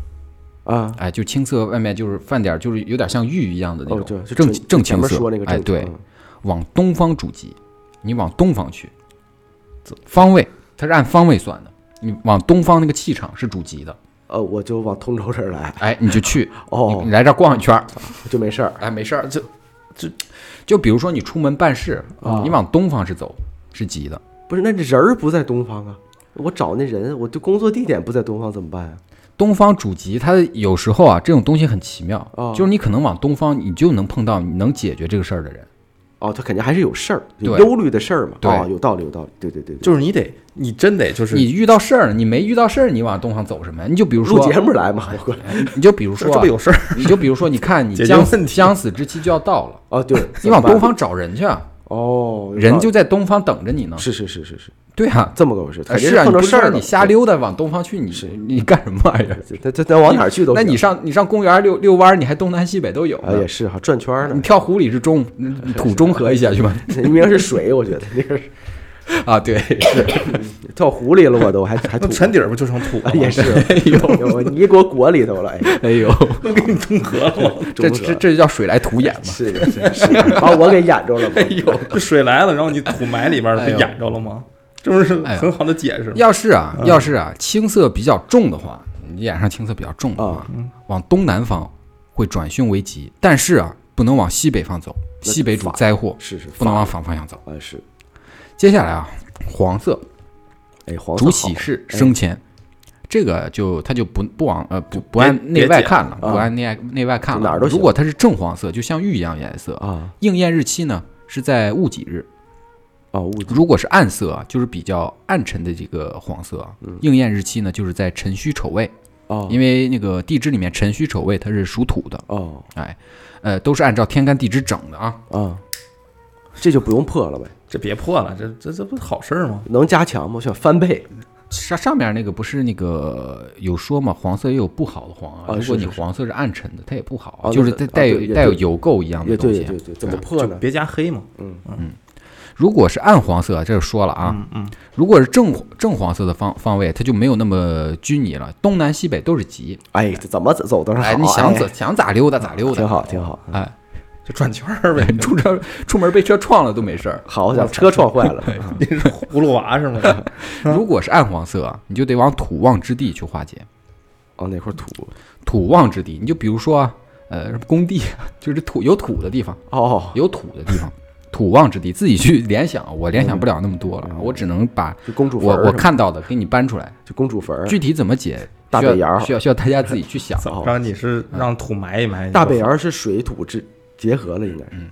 Speaker 2: 啊，
Speaker 1: 哎，就青色外面就是泛点儿，就是有点像玉一样的那
Speaker 2: 哦，
Speaker 1: 种、
Speaker 2: 对，就
Speaker 1: 正
Speaker 2: 前
Speaker 1: 正
Speaker 2: 前
Speaker 1: 青
Speaker 2: 面
Speaker 1: 色。
Speaker 2: 说那个
Speaker 1: 哎，
Speaker 2: 正
Speaker 1: 对，
Speaker 2: 嗯
Speaker 1: 往东方主极，你往东方去，方位它是按方位算的，你往东方那个气场是主极的，
Speaker 2: 呃，我就往通州这儿来，
Speaker 1: 哎，你就去，你
Speaker 2: 哦
Speaker 1: 你，来这儿逛一圈儿，
Speaker 2: 就没事儿，
Speaker 1: 哎，没事儿，就就就比如说你出门办事，
Speaker 2: 啊
Speaker 1: 你往东方是走是极的，
Speaker 2: 不是，那人儿不在东方啊，我找那人，我就工作地点不在东方怎么办呀？啊
Speaker 1: 东方主极，它有时候啊这种东西很奇妙，
Speaker 2: 哦
Speaker 1: 就是你可能往东方，你就能碰到你能解决这个事儿的人。
Speaker 2: 哦，他肯定还是有事儿，有
Speaker 1: 对
Speaker 2: 忧虑的事儿嘛。
Speaker 1: 对
Speaker 2: 哦，有道理，有道理，对对对对。
Speaker 3: 就是你得你真得就是
Speaker 1: 你遇到事儿，你没遇到事儿，你往东方走什么呀？你就比如说
Speaker 2: 录节目来嘛，我过来。
Speaker 1: 你就比如
Speaker 3: 这
Speaker 2: [LAUGHS]
Speaker 1: 说
Speaker 3: 这
Speaker 1: 啊
Speaker 3: 不，有事儿
Speaker 1: 你就比如说，你看你
Speaker 3: 解决
Speaker 1: 将
Speaker 3: 问
Speaker 1: 死
Speaker 3: 题
Speaker 1: 将死之期就要到了，[LAUGHS]
Speaker 2: 哦，对，
Speaker 1: 你
Speaker 2: 怎么
Speaker 1: 往
Speaker 2: 办
Speaker 1: 东方找人去啊，
Speaker 2: 哦，有道
Speaker 1: 人
Speaker 2: 理
Speaker 1: 就在东方等着你呢。
Speaker 2: 是是是是是
Speaker 1: 对啊，
Speaker 2: 这么个回事，
Speaker 1: 呃
Speaker 2: 肯定
Speaker 1: 是啊，你不
Speaker 2: 碰着
Speaker 1: 是
Speaker 2: 事
Speaker 1: 说
Speaker 2: 儿
Speaker 1: 你
Speaker 2: 了
Speaker 1: 瞎。溜达往东方去，你你干什么玩意儿？
Speaker 2: 对他他他往哪儿去都
Speaker 1: 那
Speaker 2: 行。
Speaker 1: 你上你上公园溜溜弯儿，你还东南西北都有
Speaker 2: 啊
Speaker 1: 呢
Speaker 2: 也。是哈，转圈儿
Speaker 1: 你
Speaker 2: 呢。
Speaker 1: 跳湖里是中，你土中和一下去吧。
Speaker 2: 你明明是水，我觉得那个是
Speaker 1: 啊，对，是，
Speaker 2: 跳湖里了，我都还还
Speaker 3: 那
Speaker 2: 吐。
Speaker 3: 沉底儿不就成土
Speaker 2: 啊
Speaker 3: 了
Speaker 2: [LAUGHS]
Speaker 3: 吗？[LAUGHS]
Speaker 2: 也是，
Speaker 1: 哎呦，
Speaker 2: 我你给我裹里头了，哎，
Speaker 1: 哎呦，
Speaker 3: 能给你中和了吗？
Speaker 1: 这
Speaker 2: 中
Speaker 1: 这
Speaker 2: 和
Speaker 1: 这就叫水来土掩嘛。
Speaker 2: [LAUGHS] 是的是的是的，把我给演着 [LAUGHS] 了嘛。
Speaker 3: 这水来了，然后你土埋里边了，
Speaker 1: 哎
Speaker 3: 它
Speaker 1: 呦
Speaker 3: 掩着了吗？ [LAUGHS] 这不是
Speaker 1: 哎呦
Speaker 3: 很好的解释吗？
Speaker 1: 要是
Speaker 2: 嗯
Speaker 1: 啊，要是啊，青色比较重的话，你脸上青色比较重的话
Speaker 2: 啊，
Speaker 1: 往东南方会转凶为吉，但是啊，不能往西北方走，
Speaker 2: 那
Speaker 1: 西北主灾祸，
Speaker 2: 是是，
Speaker 1: 不能往反方向走。
Speaker 2: 啊是，
Speaker 1: 接下来啊，黄色
Speaker 2: 哎，黄
Speaker 1: 主
Speaker 2: 色好嗯
Speaker 1: 喜事生前，这个就它就不不往呃不不按内
Speaker 3: 别
Speaker 1: 外
Speaker 3: 解
Speaker 1: 看了，
Speaker 2: 啊
Speaker 1: 不按内外内外看了。
Speaker 2: 哪儿都行
Speaker 1: 如果它是正黄色，就像玉一样颜色，
Speaker 2: 啊
Speaker 1: 应验日期呢是在戊己日。
Speaker 2: 啊，物
Speaker 1: 如果是暗色啊，就是比较暗沉的这个黄色啊，应验日期呢就是在辰戌丑未。
Speaker 2: 嗯哦
Speaker 1: 因为那个地支里面辰戌丑未它是属土的，
Speaker 2: 哦
Speaker 1: 哎，呃，都是按照天干地支整的啊。
Speaker 2: 啊，这就不用破了呗。
Speaker 3: 这别破了，这这这不是好事儿吗？
Speaker 2: 能加强吗？我想翻倍
Speaker 1: 上上面那个不是那个有说嘛，黄色也有不好的黄
Speaker 2: 啊
Speaker 1: 如果
Speaker 2: 是
Speaker 1: 你
Speaker 2: 是是
Speaker 1: 黄色是暗沉的，它也不好啊，
Speaker 2: 哦
Speaker 1: 就是带
Speaker 2: 那是
Speaker 1: 带
Speaker 2: 啊对
Speaker 1: 有
Speaker 2: 也
Speaker 1: 带有
Speaker 2: 对
Speaker 1: 油垢一样的
Speaker 2: 也
Speaker 1: 东
Speaker 2: 对
Speaker 1: 西啊
Speaker 2: 也。对对，怎么破
Speaker 3: 就
Speaker 2: 呢？
Speaker 3: 别加黑嘛。
Speaker 1: 如果是暗黄色，这就说了啊，
Speaker 3: 嗯嗯，
Speaker 1: 如果是正正黄色的方方位，它就没有那么拘泥了，东南西北都是极。
Speaker 2: 哎，这怎么走走都是好，
Speaker 1: 哎，你想
Speaker 2: 哎
Speaker 1: 怎想咋溜达咋溜达
Speaker 2: 挺，好，挺好。
Speaker 1: 哎，
Speaker 3: 就转圈儿呗。
Speaker 1: 出车出门被车撞了都没事儿。
Speaker 2: 好家伙，车撞坏了，
Speaker 3: 你是葫芦娃 [LAUGHS] 是吗？
Speaker 1: 如果是暗黄色，你就得往土旺之地去化解。
Speaker 2: 哦，那块土，
Speaker 1: 土旺之地，你就比如说啊，呃，工地， [LAUGHS] 就是土有土的地方，
Speaker 2: 哦，
Speaker 1: 有土的地方，土旺之地，自己去联想，我联想不了那么多了，我只能把
Speaker 2: 就公嗯主坟
Speaker 1: 我
Speaker 2: 儿
Speaker 1: 我
Speaker 2: 是吧，
Speaker 1: 看到的给你搬出来，
Speaker 2: 就公主坟儿，
Speaker 1: 具体怎么解，
Speaker 2: 大
Speaker 1: 需要
Speaker 2: 北窑
Speaker 1: 需要需要大家自己去
Speaker 2: [LAUGHS]
Speaker 1: 想。
Speaker 2: 哦
Speaker 3: 然后你是让土埋一埋。
Speaker 2: 大北窑是水土之结合了，应该是。
Speaker 1: 嗯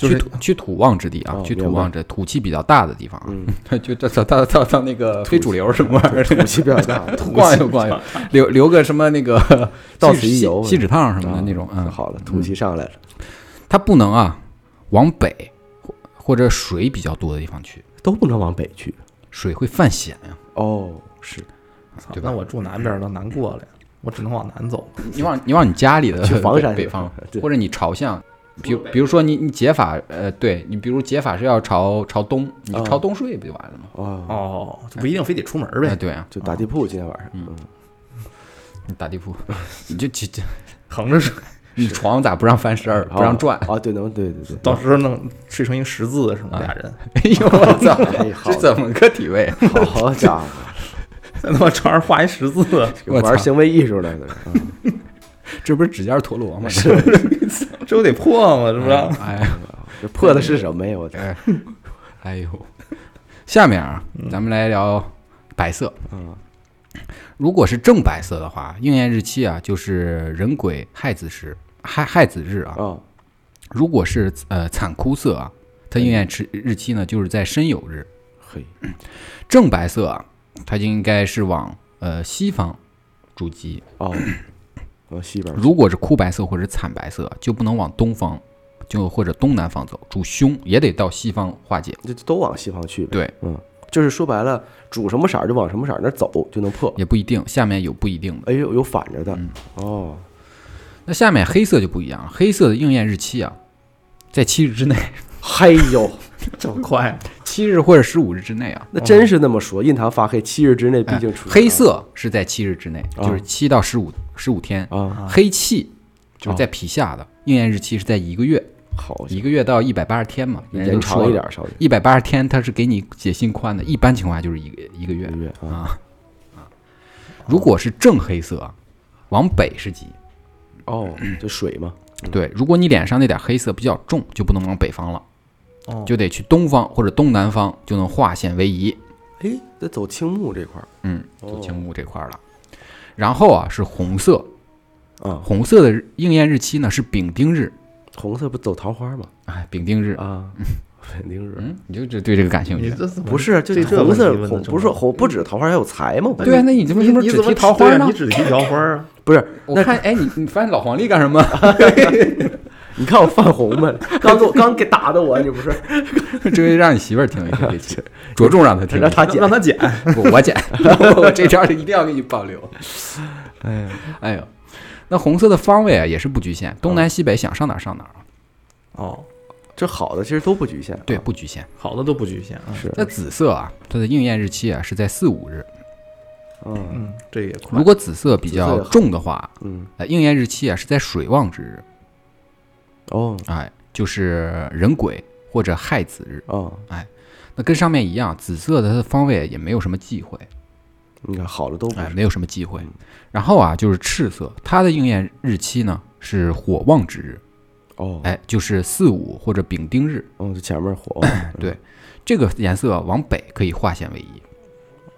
Speaker 3: 就是
Speaker 1: 去土去土旺之地啊，
Speaker 2: 哦
Speaker 1: 去土
Speaker 2: 明白
Speaker 1: 旺这土气比较大的地方啊，
Speaker 2: 嗯
Speaker 1: [LAUGHS] 就到到到到到那个非主流什么玩意儿，
Speaker 2: 土气比较
Speaker 1: [LAUGHS]
Speaker 2: 大，
Speaker 1: 逛悠逛悠，留留个什么那 [LAUGHS] 个
Speaker 2: 到
Speaker 1: 锡
Speaker 2: 此一游
Speaker 1: 锡纸烫什么的那种，
Speaker 2: 啊
Speaker 1: 嗯，
Speaker 2: 好了，土气上来了，
Speaker 1: 它不能啊往北或或者水比较多的地方去，
Speaker 2: 都不能往北去。
Speaker 1: 水会犯险呀。
Speaker 2: 哦，是
Speaker 3: 操
Speaker 1: 对吧
Speaker 3: 那我住南边儿都难过了呀，我只能往南走。
Speaker 1: [LAUGHS] 你 [LAUGHS] 往你往你家里的
Speaker 2: 去房
Speaker 1: 北
Speaker 2: 山
Speaker 1: 呃北
Speaker 2: 是吧
Speaker 1: 方，
Speaker 2: 对
Speaker 1: 或者你朝向，比如比如说你你解法，呃，对你比如解法是要朝朝东，你就
Speaker 2: 哦
Speaker 1: 朝东睡不就完了吗？
Speaker 2: 哦，
Speaker 3: 哦，就不一定非得出门儿
Speaker 1: 哎
Speaker 3: 呗，
Speaker 1: 对啊，
Speaker 2: 就打地铺今天晚上，嗯，
Speaker 1: 你打地 [LAUGHS] 铺，你就起起
Speaker 3: 横着睡，
Speaker 1: 你床咋不让翻身儿，不让转？ [LAUGHS]
Speaker 2: 啊，对，能，对对对，
Speaker 3: 到时候弄睡成一个十字什么俩人，
Speaker 1: 哎呦我操
Speaker 2: 哎，好
Speaker 1: 这怎么个体位？啊 [LAUGHS]
Speaker 2: 好家伙，
Speaker 3: 在他妈床上画一十字， [LAUGHS]
Speaker 1: 我操
Speaker 2: 玩行为艺术呢，
Speaker 1: [LAUGHS]
Speaker 2: 这是嗯
Speaker 1: 这不是指尖陀螺吗？是
Speaker 3: 这不得破吗？这不让
Speaker 1: 哎
Speaker 2: 这破的是什么呀？我
Speaker 1: 哎哎呦，下面啊，咱们来聊白色。
Speaker 2: 嗯，
Speaker 1: 如果是正白色的话，应验日期啊就是壬癸亥子时，亥亥子日啊。
Speaker 2: 啊，
Speaker 1: 如果是呃惨枯色啊，它应验日日期呢就是在申酉日。
Speaker 2: 嘿，
Speaker 1: 正白色啊，它就应该是往呃西方主吉。 [LAUGHS]
Speaker 2: 哦，往西边儿，
Speaker 1: 如果是枯白色或者惨白色，就不能往东方，就或者东南方走，主凶也得到西方化解。
Speaker 2: 就都往西方去呗。
Speaker 1: 对，
Speaker 2: 嗯，就是说白了，主什么色儿就往什么色儿那儿走，就能破。
Speaker 1: 也不一定，下面有不一定的。
Speaker 2: 哎呦，有反着的，
Speaker 1: 嗯
Speaker 2: 哦，
Speaker 1: 那下面黑色就不一样了，黑色的应验日期啊，在七日之内， [LAUGHS]
Speaker 2: 嘿呦，
Speaker 3: 这么快？
Speaker 1: 七日或者十五日之内啊。
Speaker 2: 那真是那么说，印堂发黑，七日之内必
Speaker 1: 哎
Speaker 2: 竟出
Speaker 1: 黑色是在七日之内，
Speaker 2: 啊
Speaker 1: 就是七到十五十五天。
Speaker 2: 啊，哦
Speaker 1: 黑气就是在皮下的，应验日期是在一个月，
Speaker 2: 好家伙，
Speaker 1: 一个哎月到一百八十天嘛，人家
Speaker 2: 延
Speaker 1: 都
Speaker 2: 长
Speaker 1: 说
Speaker 2: 一点，儿，稍微
Speaker 1: 一百八十天它是给你解心宽的，一般情况下就是一个一个
Speaker 2: 一
Speaker 1: 月
Speaker 2: 个月啊，
Speaker 1: 啊啊。如果是正黑色啊，往北是吉。
Speaker 2: 哦，这水嘛，
Speaker 1: 对，如果你脸上那点黑色比较重，就不能往北方了，
Speaker 3: 哦，
Speaker 1: 就得去东方或者东南方，就能化险为夷。
Speaker 2: 哎，得走青木这块儿
Speaker 1: 嗯，走青木这块儿了。然后啊是红色，
Speaker 2: 啊，
Speaker 1: 红色的日应验日期呢是丙丁日，
Speaker 2: 红色不走桃花吗？
Speaker 1: 哎，丙丁日， [LAUGHS]
Speaker 2: 啊，肯定是。
Speaker 1: 嗯，你就这对这个感兴
Speaker 3: 你
Speaker 1: 趣。啊
Speaker 3: 这怎么
Speaker 2: 不是，就
Speaker 3: 这这
Speaker 2: 红
Speaker 3: 问题
Speaker 2: 色
Speaker 3: 问得
Speaker 2: 红，
Speaker 3: 这
Speaker 2: 不
Speaker 3: 么
Speaker 2: 是红，不止桃花，还有财嘛？
Speaker 1: 对啊，那你这不是不
Speaker 3: 你
Speaker 1: 是只
Speaker 3: 你怎么
Speaker 1: 提桃
Speaker 3: 对
Speaker 1: 花
Speaker 3: 啊
Speaker 1: 呢
Speaker 3: 你？只提桃花啊？
Speaker 2: 不是，
Speaker 1: 我看，哎，你你翻老黄历干什么？ [LAUGHS]
Speaker 2: 你看我泛红嘛，刚给我刚给打的我，你不是
Speaker 1: 这回让你媳妇儿听一听这
Speaker 3: [LAUGHS]
Speaker 1: 期，着重 [LAUGHS] 让她听一
Speaker 2: 让
Speaker 1: 听。
Speaker 2: 他剪
Speaker 3: 让他剪，
Speaker 1: 我我剪， [LAUGHS] 我这招儿一定要给你保留。
Speaker 2: 哎
Speaker 1: 哎呦，那红色的方位啊也是不局限，东南西北想上哪儿上哪儿啊，
Speaker 3: 哦，
Speaker 2: 这好的其实都不局限啊，
Speaker 1: 对，不局限。
Speaker 3: [LAUGHS] 好的都不局限啊。
Speaker 2: 是，
Speaker 1: 那紫色啊，它的应验日期啊是在四五日。
Speaker 2: 嗯
Speaker 3: 嗯，这也快
Speaker 1: 如。果紫色比
Speaker 2: 紫色
Speaker 1: 较
Speaker 2: 也好
Speaker 1: 重的话，
Speaker 2: 嗯，
Speaker 1: 呃，应验日期啊是在水旺之日，
Speaker 2: 哦
Speaker 1: 哎，就是壬癸或者亥子日。
Speaker 2: 哦，
Speaker 1: 那跟上面一样，紫色的它的方位也没有什么忌讳，
Speaker 2: 你看好的都不
Speaker 1: 哎，
Speaker 2: 是，
Speaker 1: 没有什么忌讳。然后啊，就是赤色，它的应验日期呢是火旺之日，
Speaker 2: 哦，
Speaker 1: 哎，就是四五或者丙丁日。
Speaker 2: 哦，就前面火，
Speaker 1: 对，这个颜色往北可以化险为夷。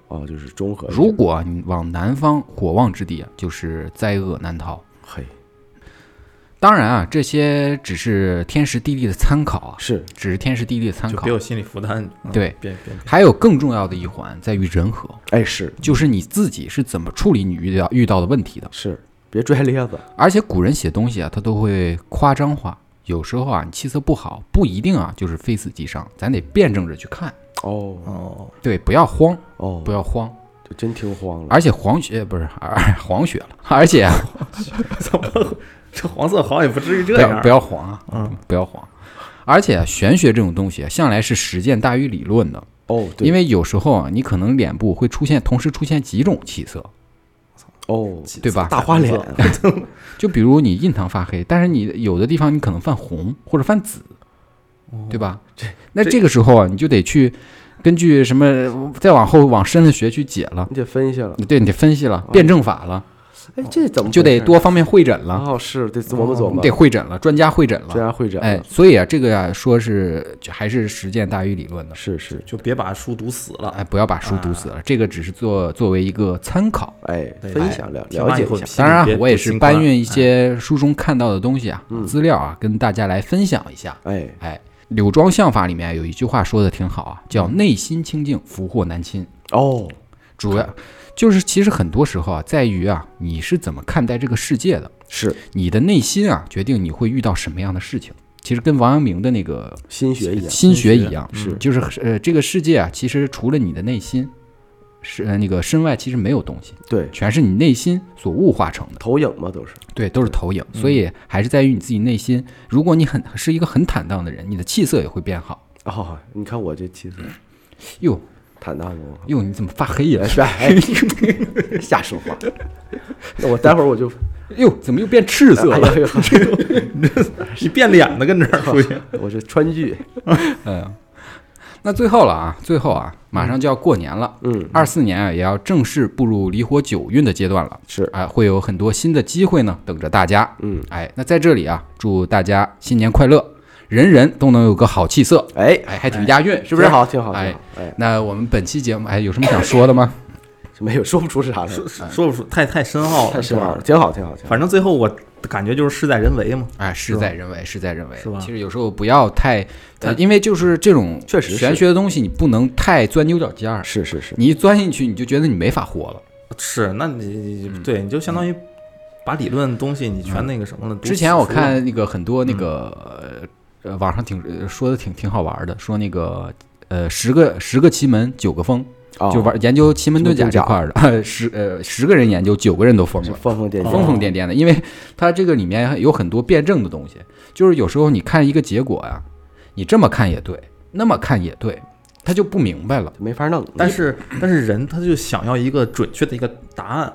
Speaker 2: 哦，就是中和一下，
Speaker 1: 如果啊你往南方火旺之地啊，就是灾厄难逃。
Speaker 2: 嘿
Speaker 1: 当然啊，这些只是天时地利的参考啊，
Speaker 2: 是
Speaker 1: 只是天时地利的参
Speaker 3: 就
Speaker 1: 考
Speaker 3: 别。有心理负担，嗯
Speaker 1: 对
Speaker 3: 别别别
Speaker 1: 还有更重要的一环在于人和，
Speaker 2: 哎是
Speaker 1: 就是你自己是怎么处理你遇到遇到的问题的。
Speaker 2: 是，别拽 [LAUGHS] 咧子，
Speaker 1: 而且古人写东西啊，他都会夸张化。有时候啊，你气色不好，不一定啊就是非死即伤，咱得辩证着去看。
Speaker 2: 哦
Speaker 3: 哦，
Speaker 1: 对，不要慌，
Speaker 2: 哦
Speaker 1: 不，要慌。
Speaker 2: 就真听慌了，
Speaker 1: 而且黄血不是 [LAUGHS] 而黄血了，而且啊
Speaker 3: 怎么会这黄色好也不至于这
Speaker 1: 不要
Speaker 3: 样
Speaker 1: 不？要黄啊，
Speaker 3: 嗯，
Speaker 1: 不要慌。而且啊，玄学这种东西啊，向来是实践大于理论的，
Speaker 2: 哦，对，
Speaker 1: 因为有时候啊，你可能脸部会出现同时出现几种气色，
Speaker 2: 哦，
Speaker 1: 对吧
Speaker 2: 大花脸，
Speaker 1: 就比如你印堂发黑，但是你有的地方你可能泛红或者泛紫，
Speaker 2: 哦
Speaker 1: 对吧？那这个时候啊，你就得去根据什么再往后往深的学去解了，
Speaker 2: 你得分析了。
Speaker 1: 对，你得分析了，
Speaker 2: 哦
Speaker 1: 辩证法了，
Speaker 2: 哎，这怎么
Speaker 1: 就得
Speaker 2: 回事
Speaker 1: 多方面会诊了，
Speaker 2: 哦，是得琢磨琢
Speaker 1: 你
Speaker 2: 磨，
Speaker 1: 得会诊了，专家会诊
Speaker 2: 专
Speaker 1: 了，
Speaker 2: 家会诊，
Speaker 1: 哎，，所以啊，这个呀、说是就还是实践大于理论的，
Speaker 2: 是是，
Speaker 3: 就别把书读死
Speaker 2: 啊
Speaker 3: 了。
Speaker 1: 哎，不要把书读死了，这个只是做作为一个参考。
Speaker 2: 哎，
Speaker 3: 对
Speaker 2: 分享了
Speaker 3: 听
Speaker 2: 了
Speaker 3: 完
Speaker 2: 解
Speaker 3: 以后
Speaker 2: 一下，
Speaker 1: 当然啊
Speaker 3: 别，
Speaker 1: 我也
Speaker 3: 别
Speaker 1: 是
Speaker 3: 心宽啊
Speaker 1: 搬运
Speaker 2: 哎
Speaker 1: 一些书中看到的东西啊，
Speaker 2: 嗯
Speaker 1: 资料啊，跟大家来分享一下。
Speaker 2: 哎，
Speaker 1: 哎，柳庄相法里面有一句话说的挺好啊，叫“内心清净，福祸难侵
Speaker 2: 哦，”。
Speaker 1: 主要就是，其实很多时候啊，在于啊，你是怎么看待这个世界的，
Speaker 2: 是
Speaker 1: 你的内心啊，决定你会遇到什么样的事情。其实跟王阳明的那个
Speaker 2: 心学一样，
Speaker 1: 心学一样，
Speaker 2: 是
Speaker 1: 就是呃，这个世界啊，其实除了你的内心，是呃那个身外其实没有东西，
Speaker 2: 对，
Speaker 1: 全是你内心所物化成的。
Speaker 2: 投影嘛都是，
Speaker 1: 对，都是投影，所以还是在于你自己内心。如果你很是一个很坦荡的人，你的气色也会变好。
Speaker 2: 哦，你看我这气色
Speaker 1: 哟
Speaker 2: 坦荡不？
Speaker 1: 哟，你怎么发黑呀
Speaker 2: 哎？是吧？哎， [LAUGHS] 瞎说话。那我待会儿我就
Speaker 1: 哟，怎么又变赤色
Speaker 2: 哎
Speaker 1: 了？
Speaker 2: 呀，
Speaker 3: 你变脸的跟这儿出去，
Speaker 2: 我这川剧，
Speaker 1: 嗯，那最后了啊，最后啊，马上就要过年了，
Speaker 2: 嗯，
Speaker 1: 二四年啊也要正式步入离火九运的阶段了。
Speaker 2: 是，
Speaker 1: 啊，会有很多新的机会呢，等着大家。
Speaker 2: 嗯，
Speaker 1: 哎，那在这里啊，祝大家新年快乐，人人都能有个好气色。
Speaker 2: 哎，
Speaker 1: 哎，还挺押韵，是
Speaker 2: 是
Speaker 1: 不是？
Speaker 2: 好？挺好，挺
Speaker 1: 哎
Speaker 2: 好，哎，
Speaker 1: 那我们本期节目，哎，有什么想说的吗？
Speaker 2: 没有说不出是啥来，
Speaker 3: 说说不出，太太深奥了，
Speaker 2: 太深
Speaker 3: 是吧
Speaker 2: 奥了，挺好，挺好，挺好。
Speaker 3: 反正最后我感觉就是事在人为嘛，
Speaker 1: 哎，事在人为，事在人为。
Speaker 3: 是吧
Speaker 1: 其实有时候不要太，呃
Speaker 3: 太
Speaker 1: 因为就是这种
Speaker 2: 确实是
Speaker 1: 玄学的东西，你不能太钻牛角尖儿。
Speaker 2: 是是是，
Speaker 1: 你一钻进去，你就觉得你没法活了。
Speaker 3: 是，那你对你就相当于把理论东西你全那个什么了。读
Speaker 1: 之前我
Speaker 3: 死书了
Speaker 1: 看那个很多那个呃，网上挺呃说的挺挺好玩的，说那个呃十个十个奇门九个疯，
Speaker 2: 哦
Speaker 1: 就玩研究奇门遁甲这
Speaker 2: 奇门遁甲
Speaker 1: 块儿的，十呃十个人研究九个人都疯
Speaker 2: 是
Speaker 1: 了。
Speaker 2: 疯疯癫
Speaker 1: 疯
Speaker 2: 癫，
Speaker 1: 疯癫癫的，因为它这个里面有很多辩证的东西，就是有时候你看一个结果呀、你这么看也对，那么看也对，他就不明白了。
Speaker 2: 没法弄。
Speaker 3: 但是但是人他就想要一个准确的一个答案，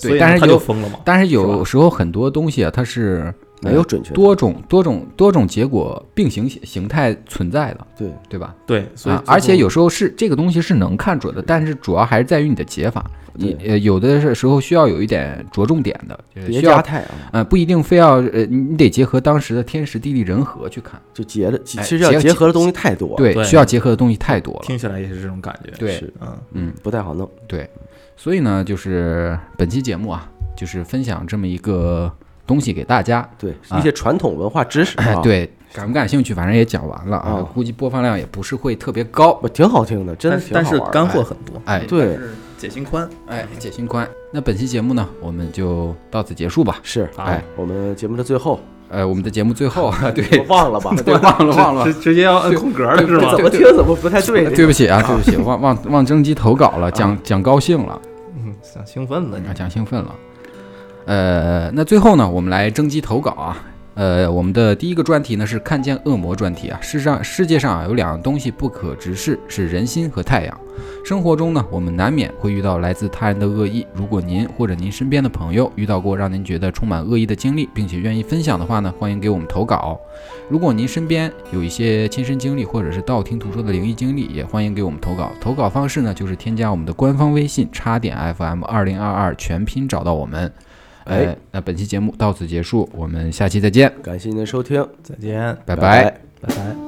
Speaker 1: 对
Speaker 3: 所以呢
Speaker 1: 但是
Speaker 3: 他就
Speaker 1: 有
Speaker 3: 疯了嘛。
Speaker 1: 但是
Speaker 3: 是
Speaker 1: 有
Speaker 3: 吧
Speaker 1: 时候很多东西啊，它是
Speaker 2: 没有准确的
Speaker 1: 多种多种多种结果并行形态存在的，
Speaker 2: 对，
Speaker 1: 对吧？
Speaker 3: 对，所以
Speaker 1: 啊，
Speaker 3: 最后
Speaker 1: 而且有时候是这个东西是能看准的，但是主要还是在于你的解法。你呃有的是时候需要有一点着重点的，就是
Speaker 2: 别
Speaker 1: 需
Speaker 2: 加
Speaker 1: 要
Speaker 2: 太啊，
Speaker 1: 呃不一定非要呃你你得结合当时的天时地利人和去看。
Speaker 2: 就结了，其
Speaker 1: 哎
Speaker 2: 实要
Speaker 1: 结
Speaker 2: 结合的东西太多，，
Speaker 1: 对，
Speaker 3: 对
Speaker 1: 需要结合的东西太多了。
Speaker 3: 听起来也是这种感觉。
Speaker 1: 对
Speaker 2: 是，
Speaker 3: 嗯，
Speaker 1: 嗯，
Speaker 2: 不太好弄。
Speaker 1: 对，所以呢，就是本期节目啊，就是分享这么一个东西给大家。
Speaker 2: 对，
Speaker 1: 啊
Speaker 2: 一些传统文化知识
Speaker 1: 哎
Speaker 2: 啊，，，
Speaker 1: [LAUGHS] 对，感不感兴趣？反正也讲完了啊，
Speaker 3: 哦
Speaker 2: 啊
Speaker 1: 估计播放量也不是会特别高。
Speaker 2: [LAUGHS] 我挺好听的，真的
Speaker 3: 但
Speaker 2: 挺
Speaker 3: 但
Speaker 2: 好
Speaker 3: 是
Speaker 2: 玩的
Speaker 3: 干货很多，
Speaker 1: 哎
Speaker 2: 对，
Speaker 3: [LAUGHS] 解心宽。
Speaker 1: 哎，解心宽。那本期节目呢，我们就到此结束吧。
Speaker 2: 是，
Speaker 3: 好
Speaker 2: 哎，我们节目的最后，
Speaker 1: 呃，我们的节目最后，
Speaker 2: 我
Speaker 1: [LAUGHS] 对
Speaker 2: 忘了吧？
Speaker 1: 对， [LAUGHS] 忘了忘了
Speaker 3: 直，直接要 [LAUGHS] 摁空格了是吗
Speaker 2: 怎？么听怎么不太对？
Speaker 1: 对不起啊，对啊不起，忘忘忘征集投稿了，讲讲高兴了，
Speaker 3: 嗯，想兴奋了，你
Speaker 1: 啊，讲兴奋了。呃，那最后呢，我们来征集投稿啊。呃，我们的第一个专题呢是看见恶魔专题啊。世上世界上啊有两样东西不可直视，是人心和太阳。生活中呢，我们难免会遇到来自他人的恶意。如果您或者您身边的朋友遇到过让您觉得充满恶意的经历，并且愿意分享的话呢，欢迎给我们投稿。如果您身边有一些亲身经历或者是道听途说的灵异经历，也欢迎给我们投稿。投稿方式呢，就是添加我们的官方微信“叉点 FM 二零二二”，全拼找到我们。呃
Speaker 2: 哎，
Speaker 1: 那本期节目到此结束，我们下期再见，
Speaker 2: 感谢您的收听，
Speaker 3: 再见，
Speaker 1: 拜
Speaker 2: 拜
Speaker 1: 拜
Speaker 3: 拜拜。